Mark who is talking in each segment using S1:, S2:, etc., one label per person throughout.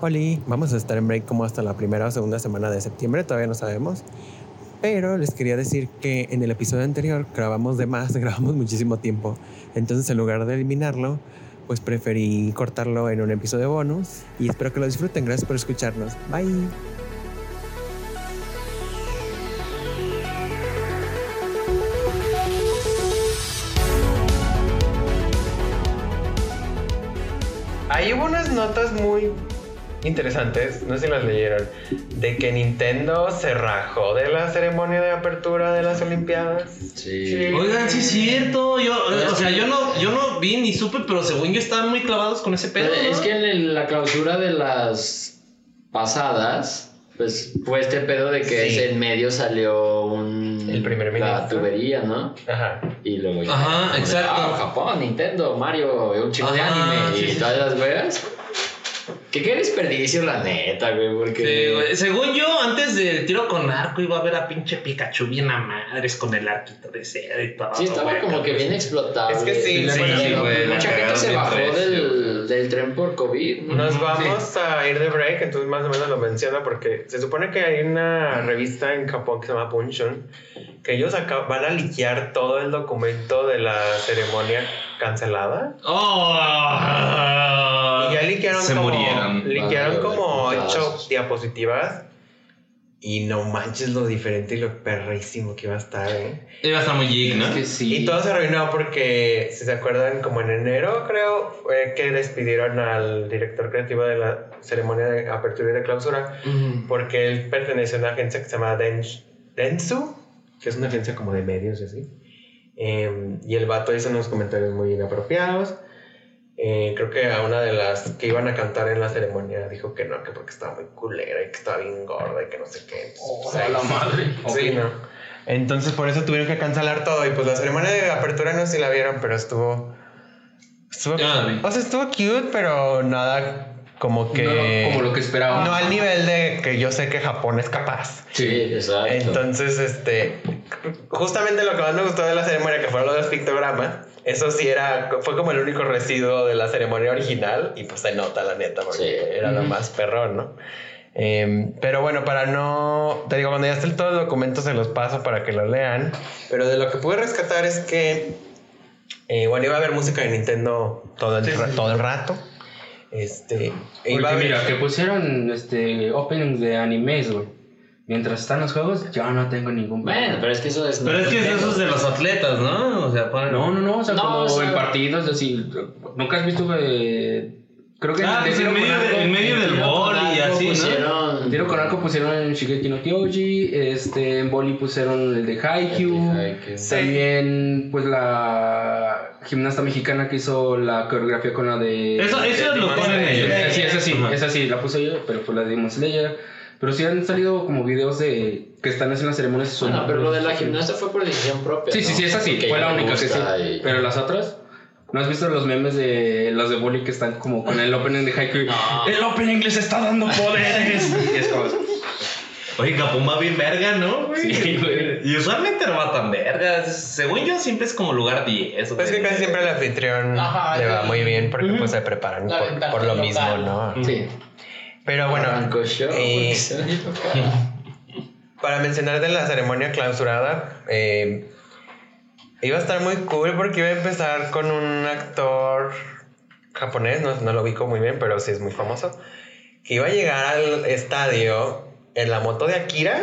S1: Oli, vamos a estar en break como hasta la primera o segunda semana de septiembre, todavía no sabemos. Pero les quería decir que en el episodio anterior grabamos de más, grabamos muchísimo tiempo. Entonces, en lugar de eliminarlo, pues preferí cortarlo en un episodio bonus y espero que lo disfruten. Gracias por escucharnos. Bye.
S2: Ahí hubo unas notas muy interesantes, no sé si las leyeron, de que Nintendo se rajó de la ceremonia de apertura de las Olimpiadas.
S3: Sí.
S4: Oigan, sí es cierto. Yo, o sea, yo no, yo no vi ni supe, pero según yo estaban muy clavados con ese pedo.
S3: Pero es
S4: ¿no?
S3: que en el- la clausura de las pasadas, pues fue este pedo de que
S2: Sí.
S3: en medio salió un.
S2: El primer
S3: La
S2: ministro.
S3: tubería, ¿no?
S2: Ajá.
S3: Y luego. ya-
S4: Ajá,
S3: como de,
S4: exacto.
S3: "Ah, Japón, Nintendo, Mario, un chico de
S4: Ajá,
S3: anime
S4: sí,
S3: y
S4: sí,
S3: todas las weas. Que qué desperdicio, la neta, güey, porque.
S4: Sí, güey. Según yo, antes del tiro con arco iba a ver a pinche Pikachu bien a madres con el arquito de seda y todo.
S3: Sí, estaba
S4: güey,
S3: como que bien explotado.
S2: Es que sí,
S4: sí, sí, güey, la
S3: Mucha gente
S4: cagaron
S3: se
S4: bien
S3: bajó
S4: recio,
S3: del, del tren por COVID. ¿no?
S2: Nos
S4: Ujú,
S2: vamos a ir de break, entonces más o menos lo menciono porque se supone que hay una revista en Japón que se llama Punchon, que ellos acá van a liquear todo el documento de la ceremonia cancelada.
S4: ¡Oh!
S2: Y ya liquearon
S4: Se
S2: como,
S4: murieron.
S2: liquearon
S3: Vale,
S2: como
S3: vale,
S2: ocho
S3: putazos.
S2: diapositivas. Y no manches lo diferente y lo perrísimo que iba a estar, ¿eh?
S4: Iba a estar muy geek, ¿no?
S3: Es que sí.
S2: Y todo se arruinó porque, si se acuerdan, como en enero, creo, fue que despidieron al director creativo de la ceremonia de apertura y de clausura.
S4: Mm.
S2: porque él pertenece a una agencia que se llama Dens- Dentsu, que es una agencia como de medios y así. Eh, y el vato hizo unos comentarios muy inapropiados. Eh, creo que a una de las que iban a cantar en la ceremonia dijo que no, que porque estaba muy culera y que estaba bien gorda y que no sé qué. Entonces,
S5: Oh,
S2: pues, ahí-
S3: madre.
S2: Sí, no. Entonces por eso tuvieron que cancelar todo y pues la ceremonia de apertura no sé si la vieron, pero estuvo... estuvo
S4: Ya la vi.
S2: o sea, estuvo cute, pero nada como que...
S5: Ah. No, como lo que esperaba.
S2: No
S4: Ah.
S2: al nivel de que yo sé que Japón es capaz.
S3: Sí, exacto.
S2: Entonces, este, justamente lo que más me gustó de la ceremonia, que fueron los pictogramas, eso sí era, fue como el único residuo de la ceremonia original y pues se nota la neta, porque
S3: Sí.
S2: era lo más perrón, ¿no? Em, pero bueno, para no, te digo, cuando ya esté todo el documento se los paso para que lo lean, pero de lo que pude rescatar es que, eh, bueno, iba a haber música de Nintendo todo el,
S4: Sí, sí,
S2: ra-
S4: sí.
S2: todo el rato. Este, e iba a
S5: Porque
S2: haber-
S5: mira, que pusieron este openings de animes, güey. Mientras están los juegos, yo no tengo ningún
S3: bueno, pero es que eso es.
S4: Pero es que eso es de los atletas, ¿no? O sea, ponen-
S5: No, no, no, o sea,
S3: No,
S5: como
S3: o sea-
S5: en partidos, así. Nunca has visto que. Creo que.
S4: Ah,
S5: en
S4: pues en medio de- en medio del boli y así, ¿no?
S3: pusieron...
S5: En tiro con arco pusieron Shigeki no Kyoji, este, en boli pusieron el de Haikyuu.
S2: Sí.
S5: También, pues la gimnasta mexicana que hizo la coreografía con la de.
S4: Eso, eso lo ponen ellos.
S5: Sí, esa sí,
S4: Ajá.
S5: esa sí, la puse yo, pero fue la de Demon Slayer. Pero sí han salido como videos de que están haciendo las ceremonias. y son-
S3: Bueno, Ah, pero lo de la gimnasia fue por decisión propia.
S5: Sí, sí, sí, esa sí, fue la única que sí. Pero las otras, ¿no has visto los memes de los de Bully que están como con el opening de Haikyuu?
S3: No.
S5: El opening les está dando poderes. y es como,
S4: Oye, Capón va bien verga, ¿no? güey?
S5: Sí, güey.
S4: Y usualmente no va tan verga. Según yo, siempre es como lugar 10. o
S2: Pues es que
S4: sea,
S2: casi siempre el anfitrión
S3: Ajá,
S2: le va
S3: y-
S2: muy bien porque pues se preparan
S3: La
S2: por,
S3: ventaja
S2: por lo
S3: local.
S2: mismo, ¿no?
S5: sí. Ah,
S2: Pero bueno,
S3: Arrancó show,
S2: eh,
S3: porque se ve local.
S2: para mencionar de la ceremonia clausurada, eh, iba a estar muy cool porque iba a empezar con un actor japonés, no, no lo ubico muy bien, pero sí es muy famoso, que iba a llegar al estadio en la moto de Akira.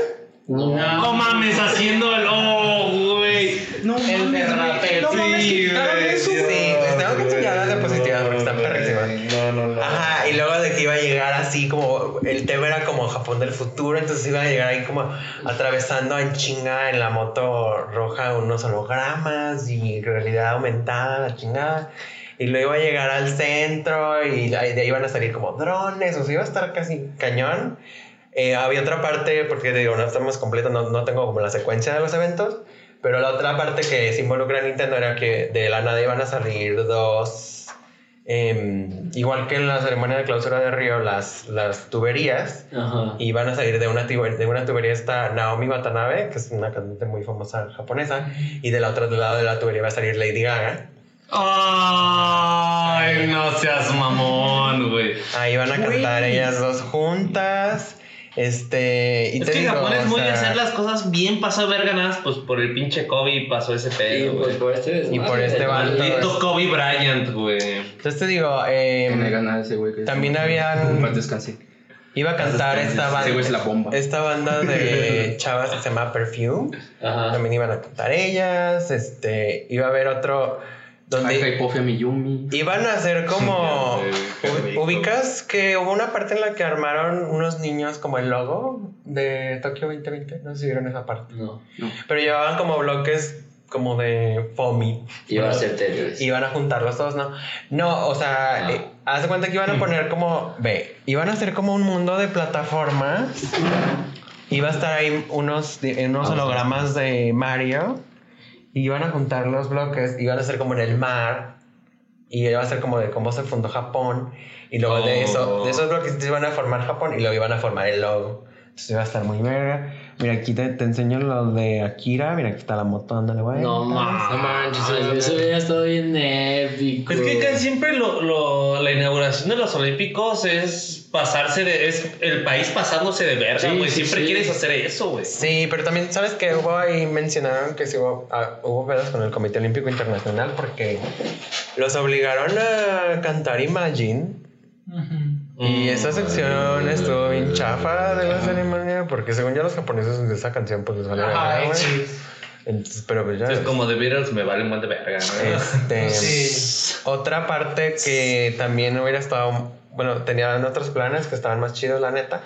S4: No mames, haciendo el oh, güey. No
S2: El de
S4: güey.
S2: rapero. No mames,
S4: Sí,
S2: quitaron
S4: güey.
S2: eso, sí. Les tengo que enseñar las diapositivas porque están
S4: No, güey.
S2: perrísimas.
S4: No, no, no.
S2: Ajá, y luego de que iba a llegar así como el tema era como Japón del futuro, entonces iba a llegar ahí como atravesando en chinga en la moto roja unos hologramas y realidad aumentada, la chingada. Y luego iba a llegar al centro y ahí de ahí iban a salir como drones, o sea, iba a estar casi cañón. Eh, había otra parte, porque te digo, no estamos completos, no, no tengo como la secuencia de los eventos, pero la otra parte que se involucra a Nintendo era que de la nada iban a salir dos, em, igual que en la ceremonia de clausura de Río, las, las tuberías,
S3: Ajá.
S2: y van a salir de una, tuber- de una tubería está Naomi Watanabe, que es una cantante muy famosa japonesa, y del otro lado de la tubería va a salir Lady Gaga.
S4: Ay, no seas mamón, güey.
S2: Ahí van a cantar
S4: Güey.
S2: ellas dos juntas. Este. Y
S4: Es
S2: te
S4: que
S2: digo,
S4: Japón es
S2: o
S4: muy de
S2: sea,
S4: hacer las cosas bien pasó ver ganadas, pues por el pinche Kobe pasó ese
S3: Y
S5: eh,
S4: pedo,
S3: pues
S4: güey.
S3: por este desmadre
S2: Y por este
S3: del
S2: vato.
S3: maldito-
S4: Maldito Kobe Bryant, güey.
S2: Entonces te digo, eh,
S5: Que me gana ese güey. que-
S2: También habían-
S5: En paz descanse.
S2: iba a cantar
S5: pues, Ese
S2: esta
S5: güey
S2: banda.
S5: es la bomba.
S2: Esta banda de chavas que se llama Perfume.
S3: Ajá.
S2: También iban a cantar ellas. Este. Iba a haber otro. Donde.
S5: Ay, Hypophia Miyumi.
S2: Iban a hacer como.
S5: Ya sé, qué
S2: ubi-
S5: rico.
S2: ¿Ubicas que hubo una parte en la que armaron unos niños como el logo de Tokio 2020? No sé si vieron esa parte.
S3: No.
S2: Pero llevaban como bloques como de foamy.
S3: Iba a ser Tetris.
S2: Iban a juntar los dos, ¿no? No, o sea,
S3: Pues. Ah.
S2: eh, haz de cuenta que iban a poner como. Ve, iban a hacer como un mundo de plataformas. Iba a estar ahí unos, di- unos
S3: Ah, ok.
S2: hologramas de Mario. Y iban a juntar los bloques. Iban a ser como en el mar. Y iba a ser como de cómo se fundó Japón. Y luego de eso,
S5: Oh.
S2: de esos bloques se iban a formar Japón y luego iban a formar el logo. Entonces iba a estar muy verga. Mira, aquí te, te enseño lo de Akira. Mira, aquí está la moto dándole güey.
S3: No mames.
S4: No manches, güey.
S3: Eso hubiera estado bien épico.
S4: Es que casi siempre lo- lo- la inauguración de los Olímpicos es pasarse de. es el país pasándose de verga,
S3: Sí,
S4: güey.
S3: sí,
S4: siempre
S3: sí.
S4: quieres hacer eso, güey.
S2: Sí, pero también, ¿sabes que Hubo ahí, mencionaron que sí hubo, ah, hubo pedos con el Comité Olímpico Internacional porque los obligaron a cantar Imagine. Y esa sección estuvo bien chafa de la ceremonia porque según yo los japoneses de esa canción pues les vale verga,
S6: Ay,
S2: güey.
S6: sí.
S2: Entonces, pero pues ya
S4: Es
S2: ves.
S4: como de Beatles me vale más de verga, ¿no?
S2: Este,
S6: Sí.
S2: Otra parte que también hubiera estado, bueno, tenían otros planes que estaban más chidos, la neta,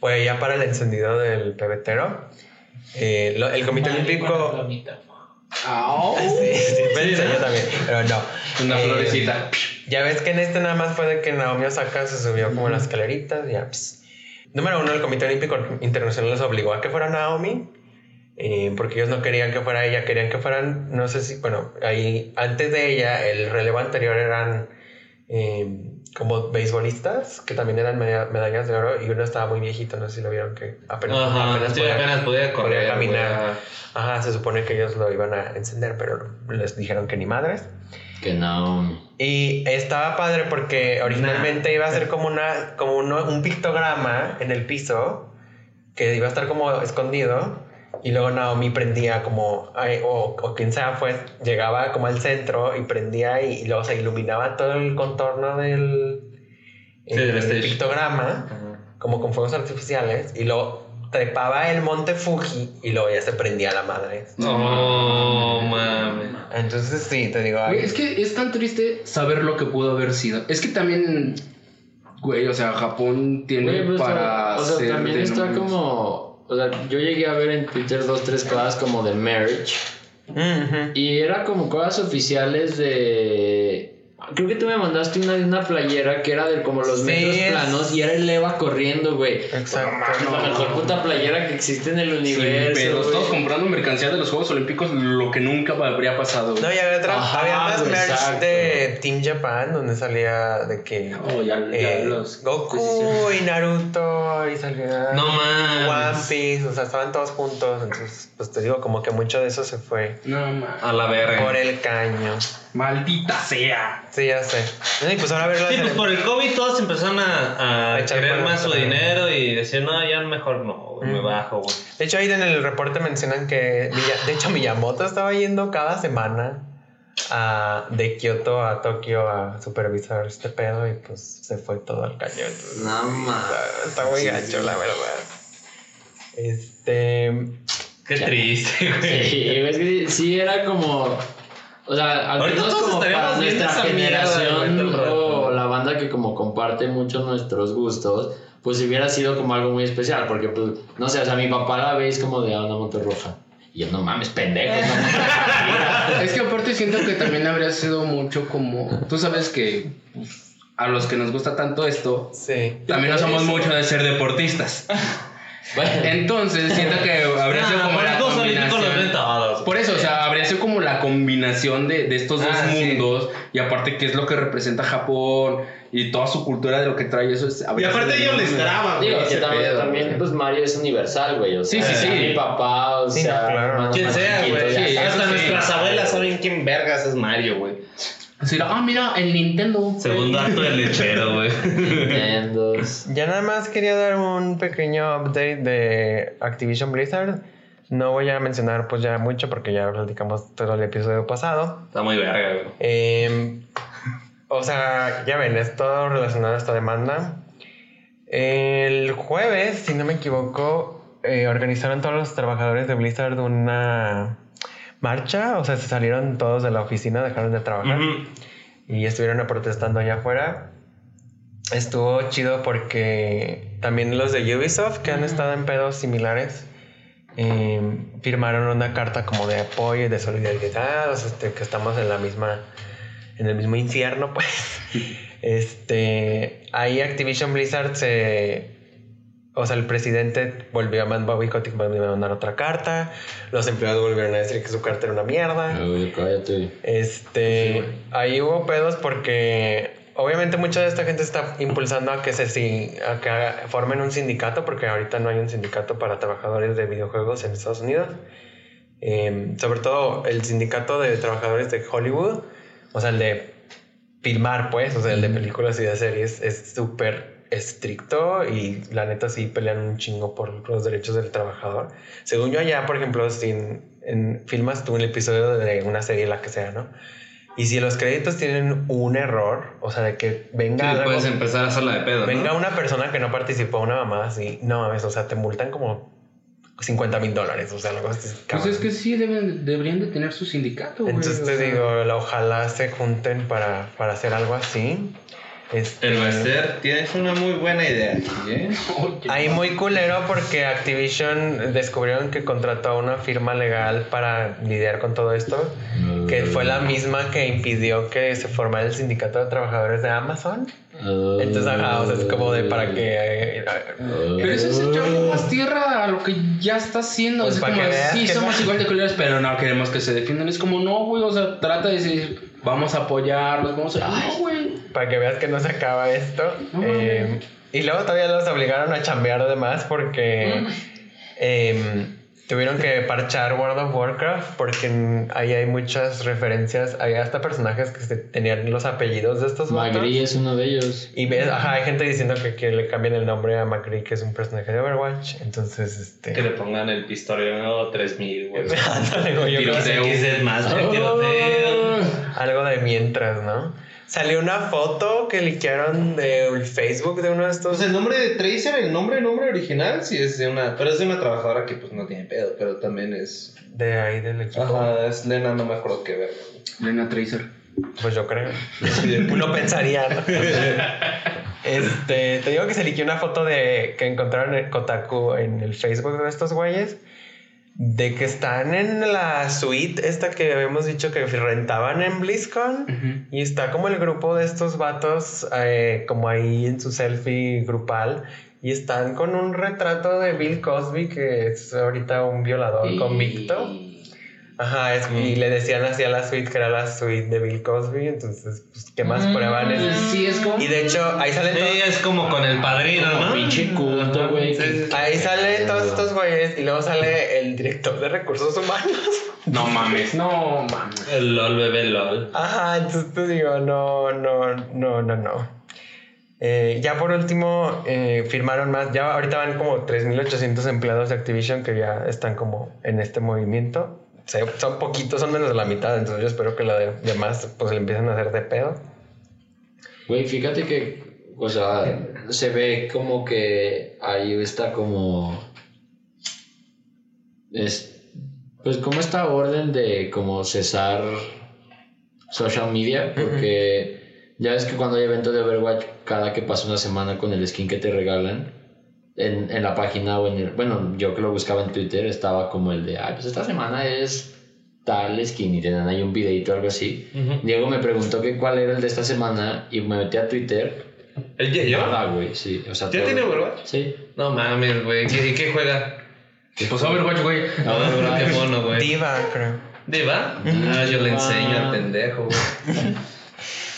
S2: fue ya para el encendido del pebetero. Eh, lo- el Comité Olímpico... Sí, sí, pensé yo también, pero no.
S5: Una
S2: Eh,
S5: florecita.
S2: Ya ves que en este nada más fue de que Naomi Osaka se subió como las escaleritas y ya, ps. Número uno, el Comité Olímpico Internacional les obligó a que fuera Naomi, eh, porque ellos no querían que fuera ella, querían que fueran, no sé si, bueno, ahí antes de ella, el relevo anterior eran eh, como beisbolistas, que también eran meda- medallas de oro, y uno estaba muy viejito, no sé si lo vieron, que apenas,
S4: Ajá,
S2: apenas
S4: sí,
S2: podía-
S4: apenas podía correr.
S2: podía caminar.
S4: güey.
S2: Ajá, se supone que ellos lo iban a encender, pero les dijeron que ni madres.
S3: Que no.
S2: Y estaba padre porque originalmente iba a ser como una como uno- un pictograma en el piso que iba a estar como escondido y luego Naomi prendía como ay, o, o quien sea pues llegaba como al centro y prendía y, y luego se iluminaba todo el contorno del
S4: Sí, del
S2: el
S4: stage.
S2: pictograma como con fuegos artificiales y luego trepaba el monte Fuji y luego ya se prendía la madre.
S3: Oh,
S4: No mames.
S2: Entonces sí, te digo, ay,
S5: Güey, es que es tan triste saber lo que pudo haber sido. Es que también, güey, o sea, Japón tiene
S3: Güey, pues,
S5: para.
S3: o sea,
S5: ser
S3: también
S5: de
S3: está
S5: nombres.
S3: como. O sea, yo llegué a ver en Twitter dos, tres cosas como de marriage.
S2: ujú.
S3: Y era como cosas oficiales de. Creo que tú me mandaste una de una playera que era de como los
S2: Sí,
S3: metros
S2: es-
S3: planos y era el Eva corriendo, güey.
S2: Exacto.
S3: Es la mejor puta playera que existe en el
S5: Sí,
S3: universo.
S5: pero
S3: güey.
S5: todos comprando mercancía de los Juegos Olímpicos, lo que nunca habría pasado.
S2: No,
S5: güey.
S2: y había, otra-
S3: Ajá,
S2: había más
S3: güey,
S2: merch
S3: exacto.
S2: de Team Japan donde salía de que
S5: Oh, ya, ya
S2: eh,
S5: los.
S2: Goku y Naruto y salía
S4: No
S2: One
S4: mames.
S2: Piece, o sea, estaban todos juntos. Entonces, pues te digo, como que mucho de eso se fue
S5: No, ma-
S4: A la verga.
S2: por el caño.
S5: Maldita sea.
S2: Sí, ya sé. Y pues ahora a ver la
S4: Sí, pues
S2: cele-
S4: por el COVID todos empezaron a, a
S2: A echar
S4: querer
S2: para
S4: más su
S2: atrás.
S4: dinero y decir, no, ya mejor no, güey, me
S2: Mm.
S4: bajo, güey.
S2: De hecho, ahí en el reporte mencionan que, Miya- de hecho, Miyamoto estaba yendo cada semana a- de Kioto a Tokio a supervisar este pedo y pues se fue todo al caño. Entonces,
S3: No mames.
S2: Está, está muy gacho, la verdad. Este.
S4: Qué triste, güey.
S3: Sí, güey, es que sí era como. O sea, al
S4: Ahorita
S3: menos
S4: todos
S3: como
S4: estaríamos
S3: para
S4: viendo
S3: nuestra
S4: esa mierda,
S3: generación
S4: güey, todo el rato.
S3: o la banda que como comparte mucho nuestros gustos, pues hubiera sido como algo muy especial, porque pues, no sé, o sea, mi papá la ve y es como de "Ah, onda Monterroja. Y yo, no mames, pendejo, no mames".
S5: Es que aparte siento que también habría sido mucho como. Tú sabes que pues, a los que nos gusta tanto esto,
S2: Sí.
S5: también no somos mucho de ser deportistas.
S3: Bueno,
S5: Entonces siento que habría sido
S4: Ah,
S5: como
S4: por
S5: la
S4: el Juegos Olímpicos los ven
S5: combinación.
S4: todos.
S5: Por eso, o sea, habría sido como la combinación de, de estos dos
S4: Ah, sí.
S5: mundos y aparte qué es lo que representa Japón y toda su cultura de lo que trae eso. Es,
S4: Y
S5: habría
S4: aparte
S5: sido
S4: ellos les
S5: enorme.
S4: traban, güey.
S3: digo, que
S5: ese
S3: también,
S5: pedo,
S3: también,
S5: güey.
S3: pues Mario es universal, güey. O
S5: Sí,
S3: sea,
S5: sí, sí.
S3: Mi papá, o
S2: Sí,
S3: sea,
S2: no, claro.
S3: más-
S4: Quien
S3: más
S4: sea,
S3: chiquito,
S4: güey.
S3: ya sabes.
S5: sí, eso
S4: Hasta
S5: sí.
S4: nuestras abuelas saben quién vergas es Mario, güey.
S5: Así, ah, mira, el Nintendo.
S6: Segundo acto del lechero, güey.
S3: Nintendo.
S2: Ya nada más quería dar un pequeño update de Activision Blizzard. No voy a mencionar pues ya mucho porque ya platicamos todo el episodio pasado.
S6: Está muy verga, güey.
S2: Eh, o sea, ya ven, es todo relacionado a esta demanda. El jueves, si no me equivoco, eh, organizaron todos los trabajadores de Blizzard una marcha. O sea, se salieron todos de la oficina, dejaron de trabajar
S6: Ujú.
S2: y estuvieron protestando allá afuera. Estuvo chido porque también los de Ubisoft, que han estado en pedos similares, eh, firmaron una carta como de apoyo y de solidaridad, o sea, este, que estamos en la misma, en el mismo infierno, pues. Este, ahí Activision Blizzard se... O sea, el presidente volvió a mandar, Kotick volvió a mandar otra carta, los empleados volvieron a decir que su carta era una mierda.
S3: Uy, cállate.
S2: Este, ahí hubo pedos porque obviamente mucha de esta gente está impulsando a que se si- a que haga- formen un sindicato porque ahorita no hay un sindicato para trabajadores de videojuegos en Estados Unidos. Em, sobre todo el sindicato de trabajadores de Hollywood, o sea, el de filmar, pues, o sea, el de películas y de series es súper estricto y la neta sí pelean un chingo por los derechos del trabajador. Según yo allá, por ejemplo, si en- en- filmas tú un episodio de una serie, la que sea, ¿no? Y si los créditos tienen un error, o sea, de que venga, algo-
S6: puedes empezar a hacerla de pedo,
S2: venga una persona que no participó, una mamá así, no mames, o sea, te multan como 50 mil dólares, o sea, algo así.
S5: Pues
S2: cabrón.
S5: es que sí deben, deberían de tener su sindicato, güey.
S2: Entonces
S5: o
S2: te
S5: sea.
S2: digo, la- ojalá se junten para, para hacer algo así. Este,
S6: El Bester, tienes una muy buena idea. ¿eh?
S5: Bien. Oye.
S2: Ahí muy culero porque Activision descubrieron que contrató a una firma legal para lidiar con todo esto, que fue la misma que impidió que se formara el sindicato de trabajadores de Amazon. Entonces, ajá, o sea, es como de para que... eh,
S5: Pero eso es echarle más tierra a lo que ya está haciendo.
S2: Pues
S5: es
S2: para
S5: como,
S2: que veas
S5: sí,
S2: que
S5: somos
S2: no.
S5: igual de culeros, pero no queremos que se defiendan. Es como, no, güey, o sea, trata de decir, vamos a apoyarlos, vamos a... No, güey.
S2: para que veas que no se acaba esto.
S5: No,
S2: Eh, y luego todavía los obligaron a chambear además porque em, tuvieron que parchar World of Warcraft porque en- ahí hay muchas referencias, hay hasta personajes que se tenían los apellidos de estos vatos.
S3: Magri es uno de ellos.
S2: Y ves, ajá, hay gente diciendo que, que le cambien el nombre a Macri, que es un personaje de Overwatch. Entonces, este.
S6: Que le pongan el pistolero 3000, güey.
S2: Ándale, güey, yo creo que-
S6: Tiroteo. es más, güey, tiroteo.
S2: Algo de mientras, ¿no? Salió una foto que liquearon del Facebook de uno de estos.
S6: Pues el nombre de Tracer, el nombre, el nombre original, sí es de una. Pero es de una trabajadora que pues no tiene pedo, pero también es.
S2: De ahí del equipo.
S6: Ajá, es Lena, no me acuerdo qué ver.
S5: Lena Tracer.
S2: Pues yo creo. Uno pensaría, ¿no? Este, te digo que se liqueó una foto de que encontraron en Kotaku en el Facebook de estos güeyes. De que están en la suite esta que habíamos dicho que rentaban en BlizzCon. Y está como el grupo de estos vatos, eh, como ahí en su selfie grupal. Y están con un retrato de Bill Cosby, que es ahorita un violador convicto. Ajá, es- y le decían así a la suite que era la suite de Bill Cosby, entonces, pues, ¿qué más prueban? Es-
S5: Sí, es como...
S2: Y de hecho, ahí salen,
S6: Sí,
S2: todos,
S6: es como con el padrino, ¿no?
S3: Pinche culto, güey.
S6: Sí, sí, sí.
S2: ahí salen todos estos güeyes y luego sale el director de recursos humanos.
S5: No mames, no mames.
S6: El LOL, bebé LOL.
S2: Ajá, entonces te digo, no, no, no, no, no. Eh, ya por último, eh, firmaron más, ya ahorita van como 3.800 empleados de Activision que ya están como en este movimiento. Se- son poquitos, son menos de la mitad, entonces yo espero que la de- demás pues le empiecen a hacer de pedo.
S3: Güey, fíjate que, o sea, se ve como que ahí está como. Es, pues como esta orden de como cesar social media, porque ya ves que cuando hay evento de Overwatch, cada que pasa una semana con el skin que te regalan, en, en la página o en el, bueno, yo que lo buscaba en Twitter, estaba como el de, ay, pues esta semana es tal skin y te dan ahí un videito o algo así. Diego me preguntó que cuál era el de esta semana y me metí a Twitter.
S6: ¿El Yeyo?
S3: Nada, güey, sí. O sea,
S6: ¿Ya
S3: todo-
S6: tiene Overwatch?
S3: Sí.
S6: No mames, güey. ¿Qué- ¿Y qué juega?
S5: Pues Overwatch, güey.
S6: Ah, qué mono, güey.
S2: Diva, creo.
S6: ¿Diva? Ah, yo le enseño al pendejo, güey.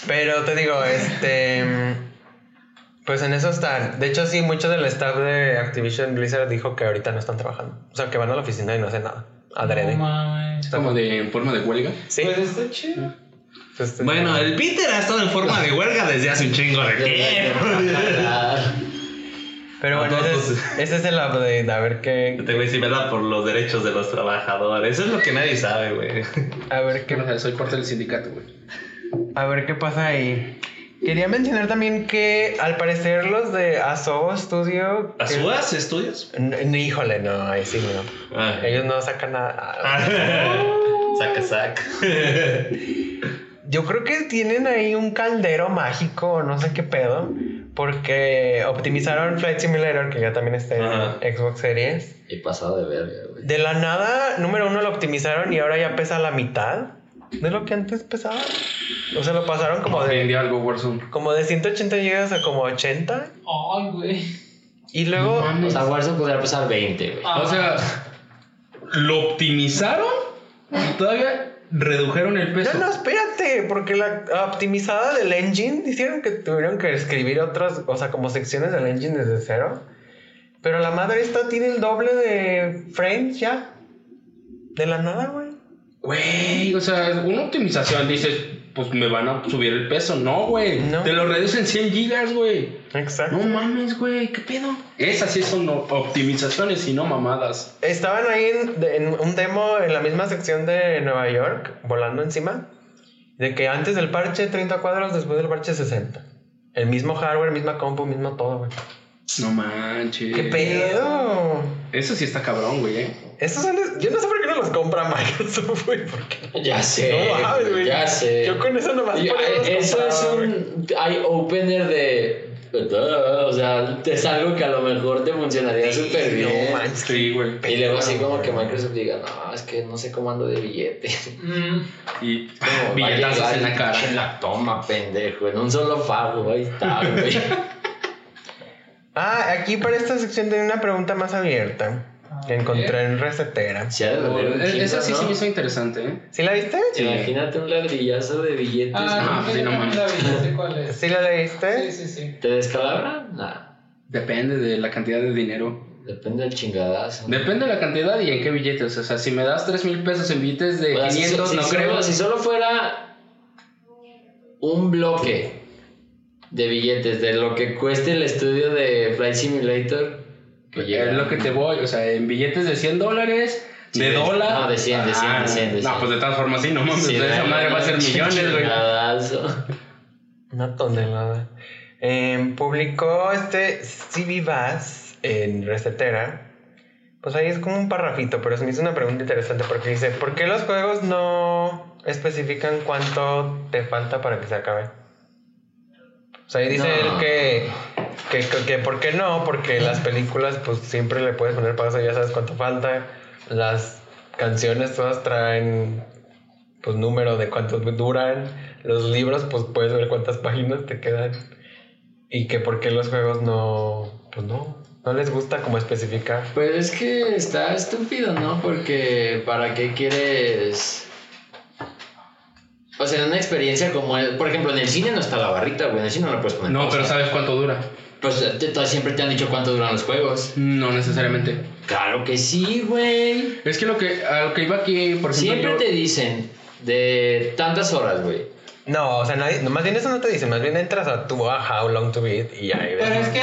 S2: Pero te digo, este. Pues en eso están. De hecho, sí, mucho del staff de Activision Blizzard dijo que ahorita no están trabajando. O sea, que van a la oficina y no hacen nada. Adrede.
S5: Es como de, en forma de huelga.
S2: Sí.
S6: Pues está chido.
S2: Pues,
S4: Bueno, el Peter ha estado en forma de huelga desde hace un chingo de tiempo.
S2: Pero bueno, ese es, ese es el update. A ver qué.
S4: Te voy a decir, Este ¿verdad? Por los derechos de los trabajadores. Eso es lo que nadie sabe, güey.
S2: A ver qué.
S5: Soy parte del sindicato, güey.
S2: A ver qué pasa ahí. Quería mencionar también que al parecer los de Asobo Studio.
S4: ¿Azúas estudios?
S2: N- n- híjole, no, ahí sí no.
S4: Ah.
S2: Ellos no sacan nada.
S4: Saca, saca.
S2: Yo creo que tienen ahí un caldero mágico, no sé qué pedo. Porque optimizaron Flight Simulator, que ya también está en
S4: Ajá.
S2: Xbox Series.
S3: Y pasado de verga, güey.
S2: De la nada, número uno lo optimizaron y ahora ya pesa la mitad de lo que antes pesaba. O sea, lo pasaron como de,
S5: Vendí algo Warzone.
S2: como de 180 GB a como 80.
S7: Ay, güey.
S2: Y luego,
S3: O sea, Warzone podría pesar 20, güey.
S7: Ah,
S5: O sea, lo optimizaron y todavía redujeron el
S2: No,
S5: peso.
S2: no, espérate, porque la optimizada del engine hicieron que tuvieron que escribir otras, o sea, como secciones del engine desde cero. Pero la madre esta tiene el doble de frames ya. De la nada, güey.
S5: Güey, o sea, una optimización dices, pues me van a subir el peso. No, güey.
S2: No.
S5: Te lo reducen 100 gigas, güey.
S2: Exacto.
S5: No mames, güey, ¿qué pedo? Esas sí son o- optimizaciones y no mamadas.
S2: Estaban ahí en, de- en un demo en la misma sección de Nueva York, volando encima. De que antes del parche 30 cuadros, después del parche 60. El mismo hardware, misma compu, mismo todo, güey.
S5: No manches.
S2: ¡Qué pedo!
S5: Eso sí está cabrón, güey, eh.
S2: Estos son los- Yo no sé por qué no los compra Microsoft, güey. Porque...
S3: Ya sé.
S2: No mames, güey.
S3: Eh, Ya sé.
S2: Yo con eso nomás
S3: Yo-
S2: por los
S3: eso es
S2: compraba, güey.
S3: un eye-opener de... O sea, es algo que a lo mejor te funcionaría súper
S2: Sí,
S3: bien.
S2: No manches.
S5: Sí, güey.
S3: Y luego así como que
S2: güey.
S3: Microsoft diga, no, es que no sé cómo ando de billete.
S7: Mm,
S5: Y
S3: Como, va a
S5: billetazos
S3: llegar
S5: en la
S3: y
S5: cara.
S3: En la toma, pendejo, en un solo pago, ahí está, güey.
S2: Ah, aquí para esta sección tengo una pregunta más abierta. Que encontré en recetera.
S3: Se ha de doler un
S5: E- Esa
S3: chingo,
S5: sí se
S3: ¿no?
S5: me hizo interesante, eh.
S2: ¿Sí la viste?
S3: Imagínate un ladrillazo de billetes.
S5: Ah,
S7: Ah, no,
S5: sí, no
S7: no,
S5: mames.
S7: la vi, ya sé cuál es.
S2: ¿Sí la leíste?
S7: Sí, sí, sí.
S3: ¿Te descalabra? Nah.
S5: Depende de la cantidad de dinero.
S3: Depende del chingadazo.
S5: Depende de la cantidad y en qué billetes. O sea, si me das 3 mil pesos en billetes de
S3: O sea, si
S5: 500,
S3: so-
S5: no
S3: si
S5: creo.
S3: Solo, si solo fuera un bloque de billetes de lo que cueste el estudio de Flight Simulator, que llega-
S5: es lo que te voy. O sea, en billetes de 100 dólares,
S3: Sí,
S5: de
S3: de-
S5: dólar.
S3: no, de 100, de 100, de 100, de
S5: No,
S3: 100.
S5: pues de todas formas, sí, no mames.
S3: Sí,
S5: de esa
S3: da-
S5: madre va a ser millones, güey.
S3: Chingadazo.
S2: Una tonelada. Em, publicó este CB Bass en recetera. Pues ahí es como un parrafito, pero se me hizo una pregunta interesante porque dice, ¿por qué los juegos no especifican cuánto te falta para que se acabe? O sea, ahí dice
S3: No.
S2: él que, que, que, que ¿por qué no? Porque las películas pues siempre le puedes poner pausa, ya sabes cuánto falta. Las canciones todas traen pues número de cuántos duran. Los libros pues puedes ver cuántas páginas te quedan. Y que por qué los juegos no, pues no, no les gusta como especificar.
S3: Pues es que está estúpido, ¿no? Porque ¿para qué quieres...? O sea, en una experiencia como... el- por ejemplo, en el cine no está la barrita, güey. En el cine no la puedes poner.
S5: No,
S3: pausa.
S5: pero ¿sabes cuánto dura?
S3: Pues te- te- siempre te han dicho cuánto duran los juegos.
S5: No necesariamente.
S3: Claro que sí, güey.
S5: Es que lo que, a lo que iba aquí, por ejemplo.
S3: Siempre
S5: yo-
S3: te dicen de tantas horas, güey.
S2: No, o sea, nadie, no, más bien eso no te dice, más bien entras a tu a How Long to Beat y ahí ves.
S7: Pero es que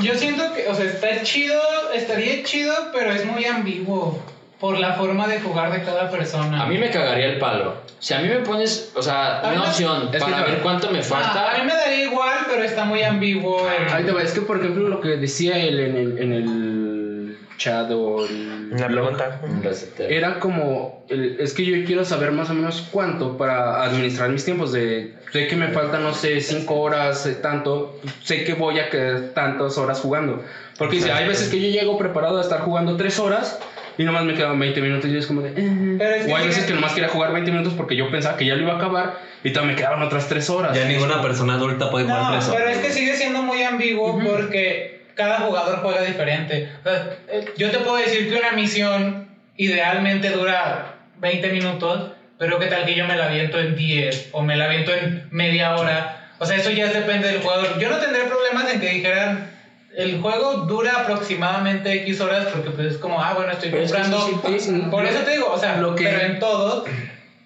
S7: yo siento que, o sea, está chido, estaría chido, pero es muy ambiguo por la forma de jugar de cada persona.
S3: A mí me cagaría el palo. Si a mí me pones, o sea,
S7: A mí
S3: una
S7: no-
S3: opción
S5: Es
S3: para
S5: que-
S3: ver cuánto me
S7: Ah, a mí
S3: falta. Ah.
S7: me daría igual, pero está muy ambiguo. el-
S5: Ahí te va, Es que, por ejemplo, lo que decía él en el, en el chat o el
S2: La
S5: blog,
S2: pregunta.
S3: Un reseteo.
S5: era como, el- es que yo quiero saber más o menos cuánto para administrar mis tiempos. De, sé que me faltan, no sé, cinco horas, eh, tanto. Sé que voy a quedar tantas horas jugando. Porque dice, hay veces que yo llego preparado a estar jugando tres horas y nomás me quedan 20 minutos y yo es como de... eh.
S7: Pero es que
S5: o hay
S7: llega-
S5: veces que nomás quería jugar 20 minutos porque yo pensaba que ya lo iba a acabar y todavía me quedaban otras tres horas.
S4: Ya ninguna persona adulta puede jugar
S7: No,
S4: preso.
S7: pero es que sigue siendo muy ambiguo porque cada jugador juega diferente. O sea, eh, Yo te puedo decir que una misión idealmente dura 20 minutos, pero qué tal que yo me la aviento en 10 o me la aviento en media hora. O sea, eso ya depende del jugador. Yo no tendré problemas en que dijeran el juego dura aproximadamente X horas porque pues es como, ah, bueno, estoy
S3: Pero es que
S7: comprando.
S3: eso sí pasa.
S7: Por eso te digo, o sea,
S5: Lo que-
S7: pero en todo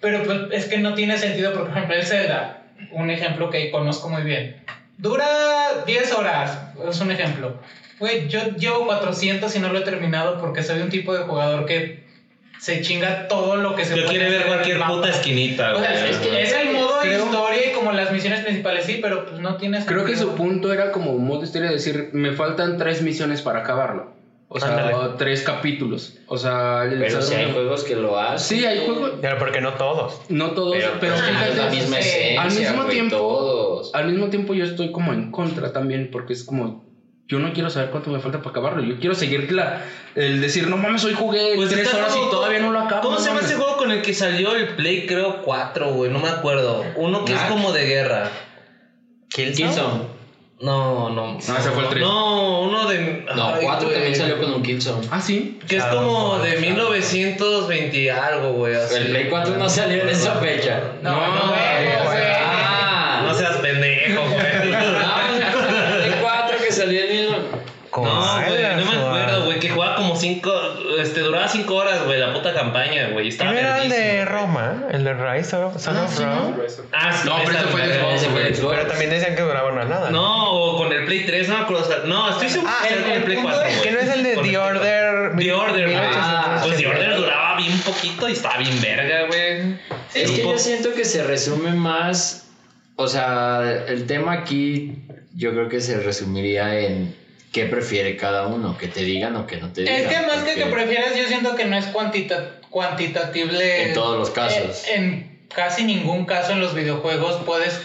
S7: Pero pues, es que no tiene sentido, porque por ejemplo el Zelda, un ejemplo que conozco muy bien, dura 10 horas, es un ejemplo. Güey, yo llevo 400 y no lo he terminado porque soy un tipo de jugador que se chinga todo lo que se
S4: Yo
S7: puede
S4: quiero ver
S7: hacer en el
S4: cualquier
S7: mapa.
S4: puta esquinita,
S7: O
S4: güey.
S7: sea, es, que es el modo
S5: Creo-
S7: historia y como las misiones principales, sí, pero pues no tiene sentido.
S5: Creo que su punto era como modo historia decir, me faltan tres misiones para acabarlo. O sea,
S2: Ándale.
S5: o tres capítulos. O sea, el
S3: Pero si
S5: desarrollo-
S3: hay juegos que lo hacen.
S5: Sí, hay juegos,
S2: Pero porque no todos.
S5: no todos,
S3: Pero, pero
S5: pero,
S7: Ah,
S5: fíjate,
S3: es la misma
S7: sí.
S3: esencia.
S5: Al mismo
S3: güey,
S5: tiempo-
S3: Todos.
S5: al mismo tiempo yo estoy como en contra también, porque es como, yo no quiero saber cuánto me falta para acabarlo, yo quiero seguir la, el decir, no mames, hoy jugué
S4: Pues
S5: tres
S4: está
S5: horas
S4: como-
S5: y todavía no lo acabo.
S4: ¿Cómo
S5: no
S4: se llama
S5: mames".
S4: ese juego con el que salió el Play, creo, 4, güey? No me acuerdo. Uno que es como de guerra.
S3: Killzone.
S4: No, no.
S5: Ah, ese fue el tres.
S4: No, uno de.
S3: No,
S4: Ay,
S3: 4
S4: güey.
S3: también salió con un Killzone.
S5: Ah, sí.
S4: Que es como de 1920 y algo, güey. así.
S3: El Play 4 no salió en esa fecha.
S7: Ah, No, no, no, no, güey.
S3: Ah,
S2: No
S3: no,
S2: seas pendejo,
S3: pues, el Play 4 que salió en el.
S4: No, güey, no me acuerdo, güey. Que jugaba como 5. Este, duraba 5 horas, güey, la puta campaña, güey. Estaba
S2: ¿No era el de
S4: verguísima.
S2: Roma? ¿El de Rise of, Son of Rome?
S4: Ah, sí,
S5: No, pero
S4: esa
S5: ese fue el
S4: madre,
S5: Xbox,
S4: ese fue el Xbox.
S2: Pero también decían que duraba una nada.
S4: No, o con el Play 3, no me acuerdo. o sea, no, estoy seguro
S2: Ah, el-
S4: que era con el
S2: el
S4: Play
S2: punto
S4: 4.
S2: es
S4: güey.
S2: que no es el de
S4: Con
S2: The Order.
S4: The Order, güey.
S3: Ah,
S4: Pues The
S2: 1880.
S4: Order duraba bien poquito y estaba bien verga, güey.
S3: Es que
S4: Grupo.
S3: yo siento que se resume más. O sea, el tema aquí yo creo que se resumiría en qué prefiere cada uno, que te digan o que no te digan.
S7: Es que más que que
S3: porque
S7: prefieras, yo siento que no es cuantita, cuantitatible.
S3: En todos los casos.
S7: En, en casi ningún caso en los videojuegos puedes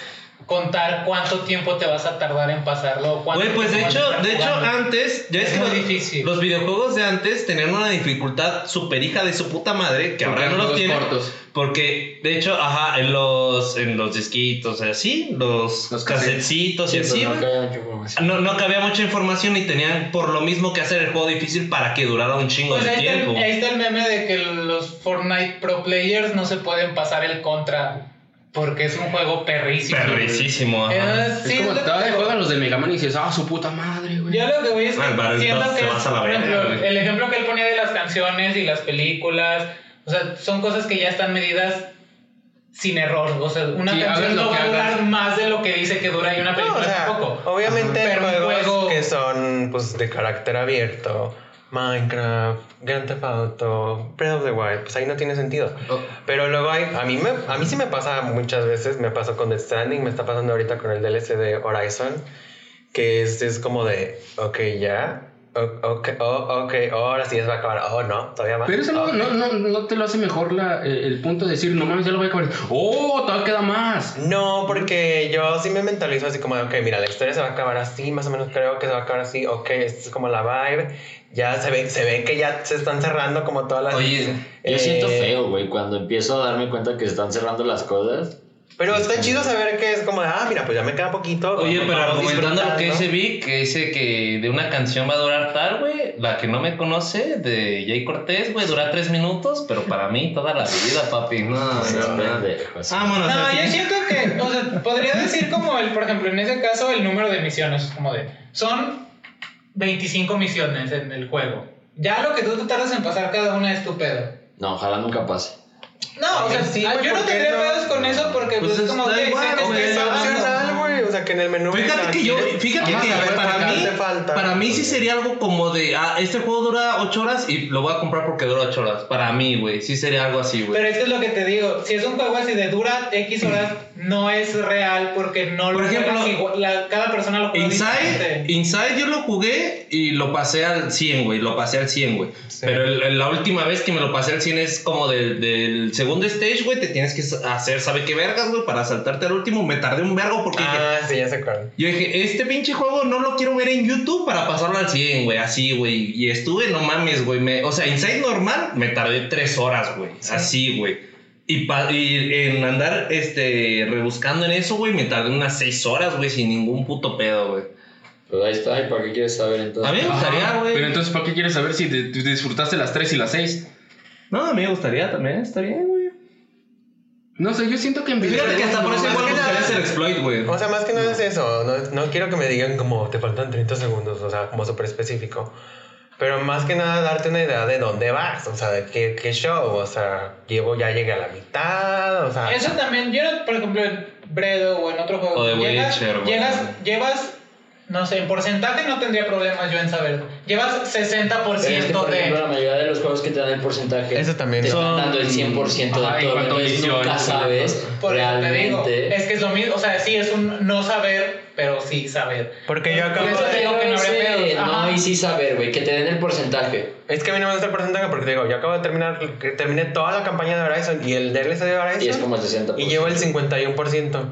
S7: contar cuánto tiempo te vas a tardar en pasarlo. o cuánto
S4: Güey, pues de
S7: tiempo vas a
S4: hecho,
S7: estar
S4: de hecho
S7: jugando.
S4: antes, ya es
S7: Es
S4: que
S7: muy
S4: los,
S7: difícil.
S4: los videojuegos de antes tenían una dificultad super hija de su puta madre, que ahora
S5: Porque
S4: no los
S5: juegos
S4: tienen.
S5: cortos.
S4: Porque, de hecho, ajá, en los, en los disquitos, así, los,
S5: Los
S4: casetcitos y
S3: siento
S4: así,
S3: no
S4: güey,
S3: que haya mucha información.
S4: no, no cabía mucha información y tenían por lo mismo que hacer el juego difícil para que durara un chingo
S7: Pues
S4: de
S7: ahí está,
S4: tiempo.
S7: el, ahí está el meme de que los Fortnite Pro Players no se pueden pasar el contra porque es un juego perrísimo.
S4: Perricísimo, ajá.
S7: Entonces,
S5: Es
S7: sí,
S5: como,
S7: es lo que
S5: todavía
S7: digo.
S5: juegan los de Mega Man y dices, ah, su puta madre, güey.
S7: Yo lo que voy es que
S4: Ah, vale,
S7: siento
S4: entonces
S7: que
S4: te
S7: es,
S4: vas a la
S7: por
S4: verga,
S7: ejemplo,
S4: güey.
S7: el ejemplo que él ponía de las canciones y las películas, o sea, son cosas que ya están medidas sin error, o sea, una
S5: Sí, hagas
S7: canción
S5: lo
S7: no
S5: que
S7: va a durar
S5: hagas.
S7: más de lo que dice que dura y una
S2: No,
S7: película
S2: o sea,
S7: tampoco.
S2: obviamente
S7: Ajá. Pero un
S2: juegos
S7: juego-
S2: que son pues de carácter abierto, Minecraft, Grand Theft Auto, Breath of the Wild, pues ahí no tiene sentido.
S5: Oh,
S2: Pero luego hay, a mí me, a mí sí me pasa muchas veces, me pasó con The Stranding, me está pasando ahorita con el DLC de Horizon, que es, es como de, ok, ya, o- ok, oh, ok, ahora sí es va a acabar, oh no, todavía más.
S5: Pero eso no,
S2: oh.
S5: no, no, no te lo hace mejor la, el, el punto de decir, no mames, ya lo voy a acabar. ¡Oh, todavía queda más!
S2: No, porque yo sí me mentalizo así como de, ok, mira, la historia se va a acabar así, más o menos creo que se va a acabar así, ok, esta es como la vibe, ya se ve, se ve que ya se están cerrando como todas las...
S4: Oye,
S3: Yo
S2: eh,
S3: siento feo, güey, cuando empiezo a darme cuenta que se están cerrando las cosas.
S2: Pero está chido saber que es como de, ah, mira, pues ya me queda poquito.
S4: Oye, pero
S2: vamos
S4: argumentando lo que
S2: disfrutando.
S4: dice Vic, que dice que de una canción va a durar tal, güey. La que no me conoce, de Jay Cortés, güey, dura tres minutos, pero para mí toda la vida, papi. No,
S3: Es
S4: no, no.
S3: pendejo, así.
S4: Vámonos.
S7: No,
S4: así.
S7: yo siento que, o sea, podría decir como el, por ejemplo, en ese caso, el número de misiones, es como de, son 25 misiones en el juego. Ya lo que tú te tardas en pasar cada una es tu pedo.
S3: No, ojalá nunca pase.
S7: No, o sea,
S2: Sí,
S7: ah,
S2: güey,
S7: yo no
S2: ¿por qué
S7: tendría
S2: no?
S7: pedos con eso porque
S4: Pues
S7: pues, es como
S4: está
S7: ok, sé
S4: igual,
S7: que
S2: O
S7: estoy
S2: que sea
S7: pagando.
S2: opcional, güey, o sea, que en el menú...
S4: Fíjate
S2: diga,
S4: que yo,
S2: ¿quieres?
S4: fíjate
S2: Ajá,
S4: que
S2: a ver,
S4: para
S2: ¿qué
S4: mí,
S2: te falta?
S4: para mí sí sería algo como de, ah, este juego dura ocho horas y lo voy a comprar porque dura ocho horas. Para mí, güey, sí sería algo así, güey.
S7: Pero esto es lo que te digo, si es un juego así de dura X horas, no es real porque no
S4: Por
S7: lo
S4: ejemplo,
S7: juegas igual- la- cada persona lo juega
S4: Inside,
S7: diferente.
S4: Inside yo lo jugué y lo pasé al 100, güey. Lo pasé al 100, güey.
S2: Sí.
S4: Pero el- el- la última vez que me lo pasé al 100 es como del, del segundo stage, güey. Te tienes que hacer, ¿sabe qué vergas, güey? Para saltarte al último. Me tardé un vergo porque dije,
S2: Ah, sí, ya se acuerdan.
S4: yo dije, este pinche juego no lo quiero ver en YouTube para pasarlo al 100, güey. Así, güey. Y estuve, no mames, güey. me- O sea, Inside normal me tardé 3 horas, güey. Así, güey. Y, pa- y en andar este, rebuscando en eso, güey, me tardé unas 6 horas, güey, sin ningún puto pedo, güey.
S3: Pero Pues ahí está, ¿y para qué quieres saber entonces?
S4: A mí me gustaría, güey.
S5: Pero entonces, ¿para qué quieres saber si te- te disfrutaste las 3 y las 6?
S4: No, a mí me gustaría también, está bien, güey.
S5: No sé, yo siento que en
S4: Pues Fíjate que hasta por ese
S2: Más
S4: igual
S2: que
S4: buscaría
S2: nada-
S4: hacer exploit, güey.
S2: O sea, más que nada es eso. No, no quiero que me digan como te faltan 30 segundos, o sea, como súper específico. Pero más que nada darte una idea de dónde vas, o sea, de qué, qué show, o sea, llevo ya llegué a la mitad, o sea...
S7: Eso también, yo, por ejemplo, en Bredo o en otro juego.
S4: O de
S7: llegas,
S4: Witcher, güey.
S7: llegas, llevas, no sé, en porcentaje no tendría problemas yo en saberlo. Llevas 60%
S3: Pero es que, por
S7: de.
S3: ejemplo, la mayoría de los juegos que te dan el porcentaje
S2: Eso también
S3: te
S4: son-
S3: están dando el 100%
S4: Ajá,
S3: de
S4: en
S3: todo.
S4: cuanto a
S3: Entonces nunca
S4: misiones,
S3: sabes
S7: por eso te digo,
S3: realmente.
S7: es que es lo mismo, o sea, sí es un no saber, pero sí saber.
S2: Porque yo acabo
S7: Por eso te
S2: de...
S7: digo que no habría
S3: Ese,
S7: pedos,
S3: No,
S7: ajá.
S3: y sí saber, güey, que te den el porcentaje.
S2: Es que a mí no me gusta el porcentaje porque te digo, yo acabo de terminar, que terminé toda la campaña de Horizon y el DLC de Horizon
S3: Y es como el 60%.
S2: y llevo el 51%.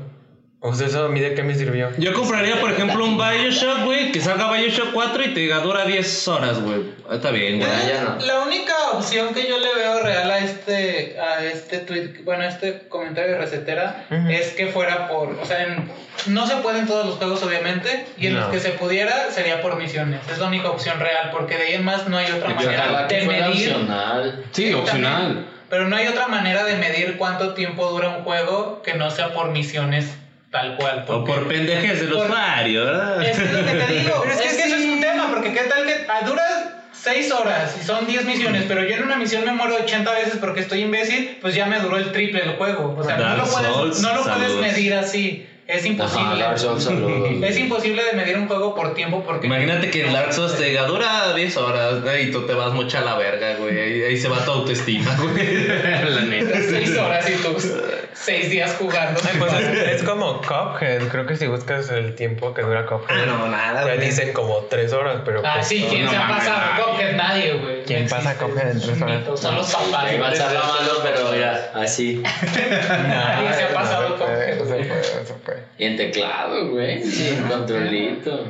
S2: O sea, eso a mí de qué me sirvió.
S4: Yo compraría, por ejemplo, un Bioshock, güey, que salga Bioshock 4 y te diga dura 10 horas, güey. Ah, Está bien, güey.
S3: Ya, ya no.
S7: La única opción que yo le veo real a este, a este tweet, bueno, a este comentario de recetera,
S2: Ujú.
S7: es que fuera por, o sea, en- no se puede en todos los juegos obviamente, y en
S2: No.
S7: los que se pudiera sería por misiones, es la única opción real, porque de ahí en más no hay otra manera
S3: Ojalá
S7: de
S3: que fuera
S7: medir,
S3: opcional.
S5: Sí, opcional.
S7: pero no hay otra manera de medir cuánto tiempo dura un juego que no sea por misiones tal cual.
S4: O
S7: porque-
S4: por pendejes del
S7: Por-
S4: usuario, ¿verdad?
S7: es lo que te digo.
S2: Pero
S7: es,
S2: es que
S7: que, eso es
S2: sí.
S7: un tema, porque qué tal que ah, dura 6 horas y son 10 misiones, pero yo en una misión me muero 80 veces porque estoy imbécil, pues ya me duró el triple el juego. O sea, no
S4: Dark
S7: lo, puedes,
S4: Souls,
S7: no lo puedes
S4: saludos.
S7: medir así. Es
S3: Ajá,
S7: imposible.
S3: Dark Souls, saludos.
S7: es imposible de medir un juego por tiempo porque.
S4: Imagínate que el Dark Souls te diga dura 10 horas güey, y tú te vas mucho a la verga, güey. Ahí, ahí se va tu autoestima, güey. la neta.
S7: 6 horas y tú 6 días jugando.
S2: Ay, pues es, es como Cuphead, creo que si buscas el tiempo que dura Cuphead,
S4: Ah, no, nada,
S2: te dicen como tres horas, pero
S7: Ah,
S2: pues,
S7: sí, ¿quién
S4: no
S7: se ha
S4: mames,
S7: pasado?
S4: nadie.
S7: Cuphead, nadie, güey.
S2: ¿Quién
S7: No
S2: pasa
S7: existe,
S2: Cuphead en
S7: es
S2: tres
S7: un
S2: horas?
S7: mito, Son los papás.
S3: Ahí va a estar la mano, pero mira, así.
S7: Nadie Ah, se ha pasado
S2: no se puede,
S7: Cuphead.
S2: no se
S7: güey.
S2: puede, no se puede.
S3: Y en teclado, güey. Sí, controlito.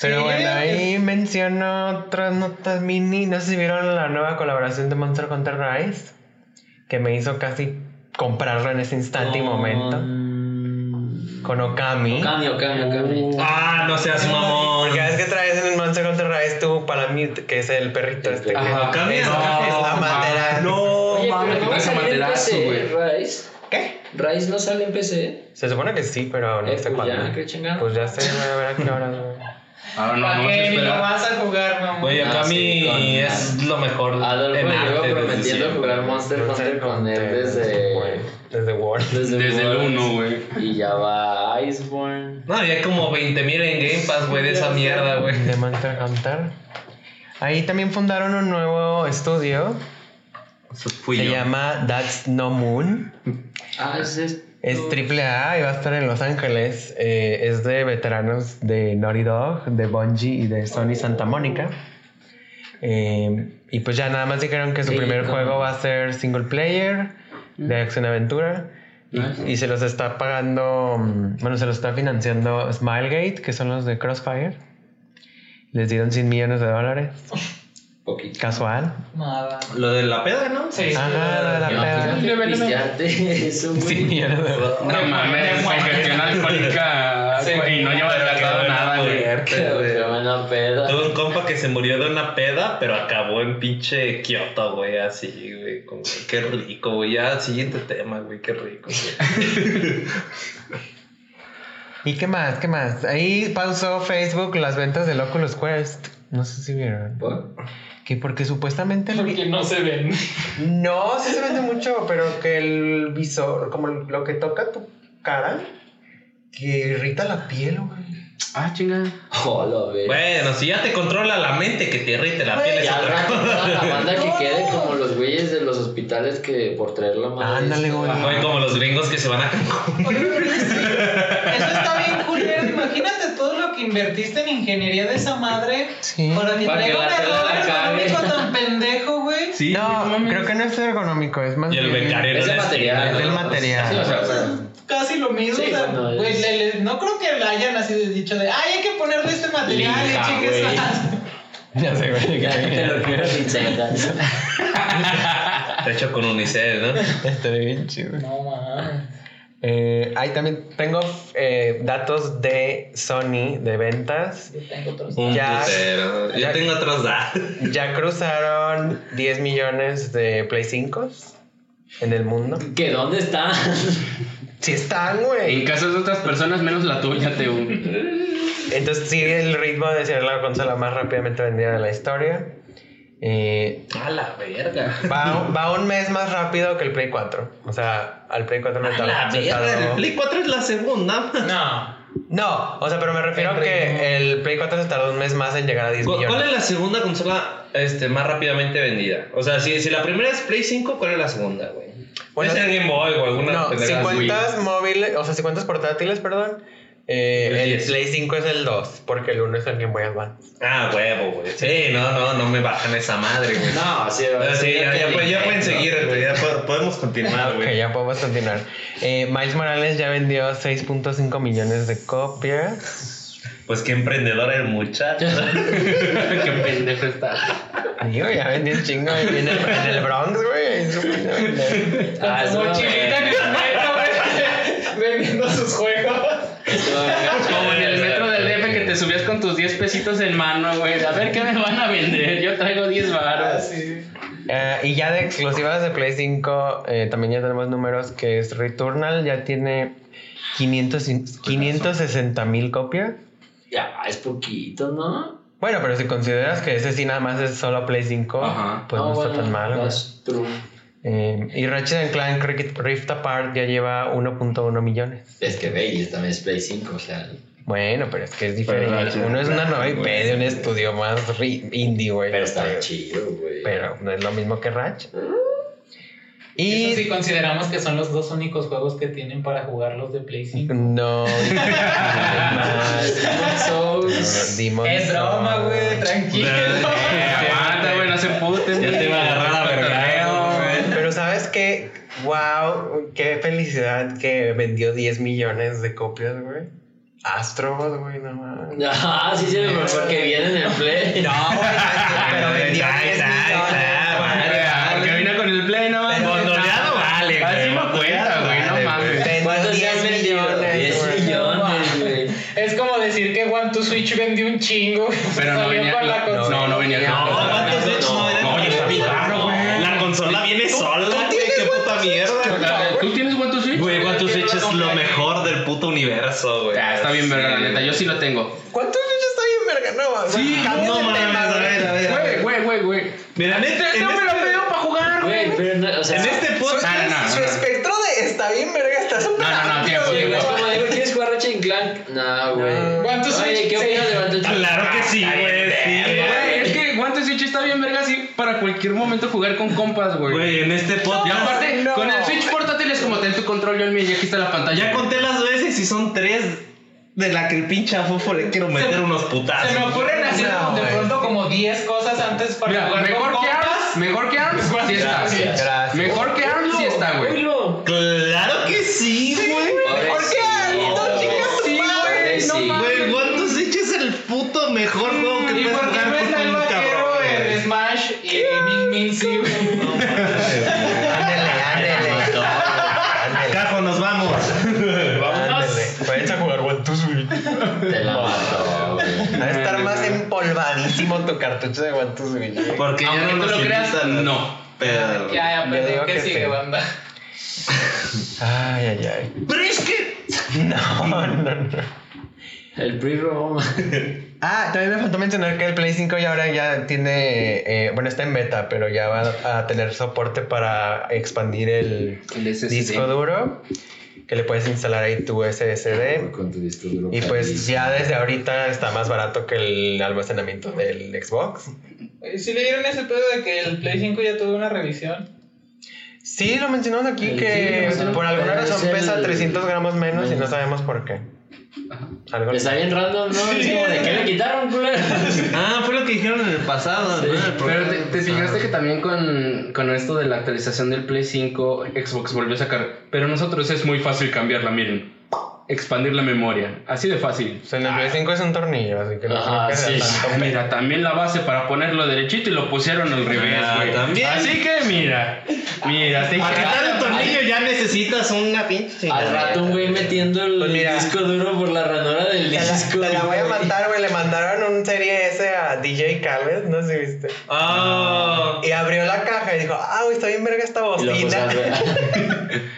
S2: Pero
S7: Sí,
S2: bueno,
S7: es-
S2: ahí menciono otras notas mini. No sé si vieron la nueva colaboración de Monster Hunter Rise, que me hizo casi comprarlo en ese instante y momento. Con Okami.
S3: Cambio, cambio, cambio.
S4: Ah, no seas mamón.
S2: Porque ves que traes en el Monster Hunter Rise tú para mí, que es el perrito este. que-
S4: Ajá, cambia.
S2: Es, es la madera.
S4: No,
S3: Oye,
S4: mames,
S3: pero no va a
S4: pinche
S3: salir en
S4: materazo,
S3: PC,
S4: güey.
S3: Rise.
S2: ¿Qué?
S3: Rise no sale en PC.
S2: Se supone que sí, pero no
S3: Eh,
S4: este
S2: sé
S3: pues
S2: cuándo.
S3: ya, qué chingada.
S2: Pues ya sé, güey, a ver a qué hora. güey.
S4: Ahora no,
S7: ¿Para
S4: vamos a
S7: qué lo
S4: esperar.
S7: vas a jugar, mamá?
S4: Oye,
S3: Ah,
S4: acá
S3: sí, con-
S4: mi es lo mejor.
S3: Adolfo
S4: en arte
S3: lleva
S4: desde
S3: prometiendo
S4: siempre.
S3: jugar Monster Hunter con él
S2: Bueno,
S3: desde.
S2: Desde World.
S4: Desde el
S3: Worlds.
S4: 1, güey.
S3: Y ya va Iceborne.
S4: No, había como 20.000 en Game Pass, güey, de esa mierda, güey.
S2: De Monster Hunter. Ahí también fundaron un nuevo estudio.
S4: Eso fui
S2: se
S4: yo.
S2: llama That's No Moon.
S3: Ah, es este.
S2: Es triple A y va a estar en Los Ángeles. Eh, es de veteranos de Naughty Dog, de Bungie y de Sony Santa Mónica. Eh, y pues ya nada más dijeron que su
S3: Sí,
S2: primer
S3: no. Mm.
S2: juego va a ser single player, de acción-aventura. Y, y se los está pagando, mm, bueno, se los está financiando Smilegate, que son los de Crossfire. Les dieron 100 millones de dólares.
S3: Poquito.
S2: Casual.
S7: Nada.
S4: Lo de la peda, ¿no? Este,
S7: Sí.
S2: Ajá, la, la
S3: No,
S2: peda.
S3: imagínate pistearte eso, güey.
S2: 100 millones de dólares.
S5: No mames, congestión alcohólica
S7: Sí.
S5: güey, y no lleva tratado nada, güey.
S3: Qué buena peda.
S4: Tuve un compa que se murió de una peda, pero acabó en pinche Kioto, güey, así, güey. como, Qué rico, güey. Ya, siguiente tema, güey, qué rico, güey.
S2: ¿Y qué más? ¿Qué más? Ahí pausó Facebook las ventas del Oculus Quest. No sé si vieron.
S3: ¿Por?
S2: Que porque supuestamente el vi-
S7: Porque no se ven.
S2: No, sí se vende mucho, pero que el visor, como lo que toca tu cara, que irrita la piel, güey.
S5: Ah, chinga.
S3: Jolo, güey.
S4: Bueno, si ya te controla la mente, que te irrite la piel. es
S3: Ya al
S4: otra
S3: rato
S4: cosa.
S3: toda la banda que quede como los güeyes de los hospitales que por traer la madre.
S2: Ándale, güey.
S4: Ah, güey, como los gringos que se van a Cancún.
S7: Eso está bien culero. Imagínate todo lo que invertiste en ingeniería de esa madre.
S2: Sí.
S7: Para que
S3: Para que
S7: traiga un
S3: la tela
S7: error
S3: la cague.
S7: económico tan pendejo, güey.
S4: Sí.
S2: No, creo que no es ergonómico, es más
S4: Y el
S2: bien-
S4: becario
S3: Es
S4: en
S3: el
S4: una
S3: material.
S4: esquina.
S2: Es el material.
S3: Sí, o sea,
S7: Casi lo mismo.
S3: Sí,
S7: o sea,
S3: bueno,
S7: güey,
S3: es-
S7: le- le- no creo que le hayan así de dicho de, ay, hay que ponerle este material
S3: Lija,
S7: y chingues
S3: güey.
S7: a-".
S2: Ya sé, güey.
S3: ya te lo quiero sin celdas.
S4: Está hecho con unicel, ¿no?
S2: Estaría bien chido.
S7: No mames.
S2: Eh, ahí también tengo eh, datos de Sony de ventas.
S7: Yo tengo otros.
S4: Un
S2: Ya.
S4: putero. Yo
S2: Ya.
S4: tengo otros datos.
S2: Ya cruzaron 10 millones de Play 5 en el mundo.
S3: ¿Que dónde está?
S2: Sí están, güey.
S5: En casas de otras personas, menos la tuya, te
S2: Entonces sigue el ritmo de ser la consola más rápidamente vendida de la historia. Eh,
S4: A la verga.
S2: va, va un mes más rápido que el Play 4. O sea, al Play 4 no
S4: A la verga. El Play 4 es la segunda.
S7: No.
S2: No, o sea, pero me refiero a
S7: El Play no.
S2: que el Play 4 se tardó un mes más en llegar a 10
S4: ¿Cu-
S2: millones.
S4: ¿Cuál es la segunda consola este, más rápidamente vendida? O sea, si, si la primera es Play 5, ¿cuál es la segunda, güey?
S2: Bueno,
S4: es el Game Boy o alguna
S2: No, si
S4: pendejada así.
S2: cuentas móviles, o sea, si cuentas portátiles, perdón, eh,
S4: El
S2: el
S4: 10.
S2: Play 5 es el 2, porque el 1 es el Game Boy Advance.
S4: Ah, huevo, güey. Sí, no, no, no me bajan esa madre, güey.
S3: No, sí,
S4: Pero sí, ya, ya, pues, ya pueden
S3: no.
S4: seguir, güey. Ya po- podemos continuar,
S2: Ok,
S4: güey.
S2: ya podemos continuar. Eh, Miles Morales ya vendió 6.5 millones de copias.
S4: Pues qué emprendedor el muchacho.
S5: Qué pendejo está.
S2: Digo, ya vendió un chingo en el, en el Bronx, güey.
S7: Con
S3: Ah,
S7: su
S3: no,
S7: mochilita en el metro, güey, Vendiendo sus juegos.
S5: Como en el metro del DF que te subías con tus 10 pesitos en mano, güey. A ver qué me van a vender. Yo traigo 10
S7: Ah,
S5: varos.
S7: sí.
S2: Ah, y ya de exclusivas de Play 5, eh, también ya tenemos números que es Returnal, ya tiene 500 560 mil copias.
S3: Ya, es poquito, ¿no?
S2: Bueno, pero si consideras que ese sí nada más es solo Play 5,
S5: Ajá.
S2: pues no, está
S3: Ah, bueno,
S2: tan mal. güey.
S3: that's true.
S2: Eh, y Ratchet and Clank Rift- Rift Apart ya lleva 1.1 millones.
S3: Es que Bailey también es Play 5, o sea.
S2: Bueno, pero es que es
S4: Pero
S2: diferente.
S4: Ratchet
S2: Uno es
S4: and
S2: una
S4: Clank,
S2: nueva IP
S4: güey.
S2: de un estudio más ri- indie, güey.
S3: Pero está bien chido, güey.
S2: Pero no es lo mismo que Ratchet.
S7: Eso sí
S2: Y...
S7: consideramos que son los dos únicos juegos que tienen para jugar los de Play 5.
S2: No.
S3: Demon Souls.
S2: Demon
S7: Es broma, güey,
S2: Souls.
S7: tranquilo.
S5: Eh, Aguanta, güey, no se puten.
S4: Ya te iba a agarrar eh, a vergüenza, güey.
S2: Pero sabes qué, wow, qué felicidad que vendió 10 millones de copias, güey. Astro Bot, güey, no mames. No,
S3: Ah, sí, sí, porque viene en el Play.
S2: güey, pero vendió
S4: Ay,
S2: 10
S4: ay, ay,
S2: millones. güey.
S5: Porque vino con el play, no mames.
S4: Bondoleado vale, güey.
S5: Así no cuenta, güey, no
S4: Vale,
S5: mames.
S2: Vendió
S3: ¿Cuántos ya
S2: 10
S3: han vendido?
S2: millones,
S3: 10
S2: güey.
S3: millones, güey.
S7: Es como decir que One to Switch vendió un chingo.
S5: Pero no
S7: Salió
S5: venía.
S7: con la
S5: No,
S7: consola.
S5: no, no venía.
S4: No,
S5: con-
S4: ¿cuántos de hecho no
S3: No,
S4: eran?
S3: oye, está bien raro, güey.
S4: La consola viene sola, güey. Qué puta mierda.
S5: ¿Tú tienes One to Switch?
S4: Güey, ¿cuántos Switch es lo mejor del puto universo, güey?
S5: Ah, está bien, verga, la neta. Yo sí lo tengo.
S2: ¿Cuántos niños está bien verga? No, güey,
S5: Sí,
S2: cambia
S4: no
S2: de
S4: mames,
S2: tema,
S4: a
S2: güey.
S4: ver, a ver.
S5: Güey, güey, güey, güey.
S4: Mira, neta, en este-
S5: veo para jugar,
S3: Güey, pero no, o sea.
S4: en este
S2: Su,
S4: podcast.
S5: No, no, no,
S2: su
S5: no.
S2: espectro de está bien verga está súper
S5: No, no, no,
S2: amplio,
S5: tiempo,
S3: Sí,
S2: güey.
S3: güey, es como digo, ¿quieres jugar Ratchet and Clank? No, güey.
S7: One to
S3: Oye,
S7: Switch,
S3: ¿qué
S7: sí.
S3: opinas de Banjo
S4: Claro que sí, güey. sí,
S5: Güey,
S4: güey.
S5: es que One to Switch está bien, verga, así para cualquier momento jugar con compas, güey.
S4: Güey, en este
S5: Y
S4: podcast.
S5: aparte,
S2: no.
S5: con el Switch portátil es como tener tu control yo en mí y aquí está la pantalla.
S4: Ya conté las veces y son tres de la que el pinche a Fofo le quiero meter unos putazos.
S7: Se me ocurren así
S2: No,
S7: de
S2: güey.
S7: pronto como 10 cosas antes para
S5: Mira,
S7: jugar con
S5: mejor que
S7: compas.
S5: ARMS, mejor que ARMS, sí está.
S3: Gracias.
S2: Gracias.
S5: Mejor que ARMS, sí está, güey.
S3: Oílo.
S4: Claro que sí, güey.
S2: ¿Por qué? No,
S3: Pobrecito.
S2: chingas tu
S5: Sí,
S2: madre.
S5: güey, no
S3: Sí,
S5: mames.
S4: Güey, ¿cuánto Switch es el puto mejor juego que
S7: ¿Y
S4: puedes
S7: por qué
S4: jugar
S7: no
S4: con
S7: está el
S4: un cabrón?
S7: vaquero
S4: güey?
S7: en Smash y Min Min sí, güey?
S2: Ándele, ándele. Ándele.
S4: Cajo, nos vamos.
S2: Ándele. Váyanse a jugar One Two Switch.
S3: Te la mató, güey.
S2: Va a estar más empolvadísimo tu cartucho de One Two Switch. güey.
S4: Porque ya
S5: Aunque
S4: no
S5: tú
S4: nos
S5: lo creas,
S4: invitan.
S5: no.
S4: Pero.
S7: Ya, ya,
S2: Yo
S7: perdí.
S2: digo
S7: ¿Qué
S2: que
S7: sigue,
S2: sí.
S7: banda?
S2: Ay, ay, ay. No, no, no.
S3: El pre-roll.
S2: Ah, también me faltó mencionar que el Play 5 ya ahora ya tiene, eh, bueno, está en beta, pero ya va a tener soporte para expandir el disco duro, que le puedes instalar ahí tu SSD.
S3: Con tu Ah, disco duro.
S2: Y pues
S3: carísimo.
S2: ya desde ahorita está más barato que el almacenamiento del Xbox.
S7: ¿Sí le dieron ese pedo de que el Play 5 ya tuvo una revisión?
S2: Sí, lo mencionamos aquí
S3: Sí, lo
S2: que
S3: mencionamos,
S2: por alguna
S3: pero
S2: razón
S3: es el-
S2: pesa 300 gramos menos y no
S3: menos.
S2: sabemos por qué. Algo
S3: Está bien random, ¿no? Es como, ¿de qué le quitaron, culero?
S4: Ah, fue lo que dijeron en el pasado, ¿no? El
S5: Pero
S4: programa
S5: te, te
S4: pasado.
S5: fijaste que también con, con esto de la actualización del Play 5, Xbox volvió a sacar. Pero nosotros es muy fácil cambiarla, miren. Expandir la memoria. Así de fácil.
S2: O sea, en el Play 5 es un tornillo, así que no
S3: Ajá,
S2: creo que sea
S3: sí.
S2: tanto.
S5: Ah, mira, también la base para ponerlo derechito y lo pusieron al revés,
S4: Ah,
S5: güey.
S4: también.
S5: Así que mira. Mira, te
S4: Para
S5: dije,
S4: quitar el tornillo ya necesitas una pinche.
S3: Al rato un güey metiendo el
S2: Pues mira.
S3: disco duro por la ranura del
S2: Te la,
S3: disco.
S2: te la voy a
S3: güey.
S2: matar, güey. Le mandaron un serie S a DJ Khaled, no sé si viste.
S4: Ah.
S2: Y abrió la caja y dijo, ah, güey, está bien verga esta
S3: Y lo puse
S2: bocina.
S3: al re-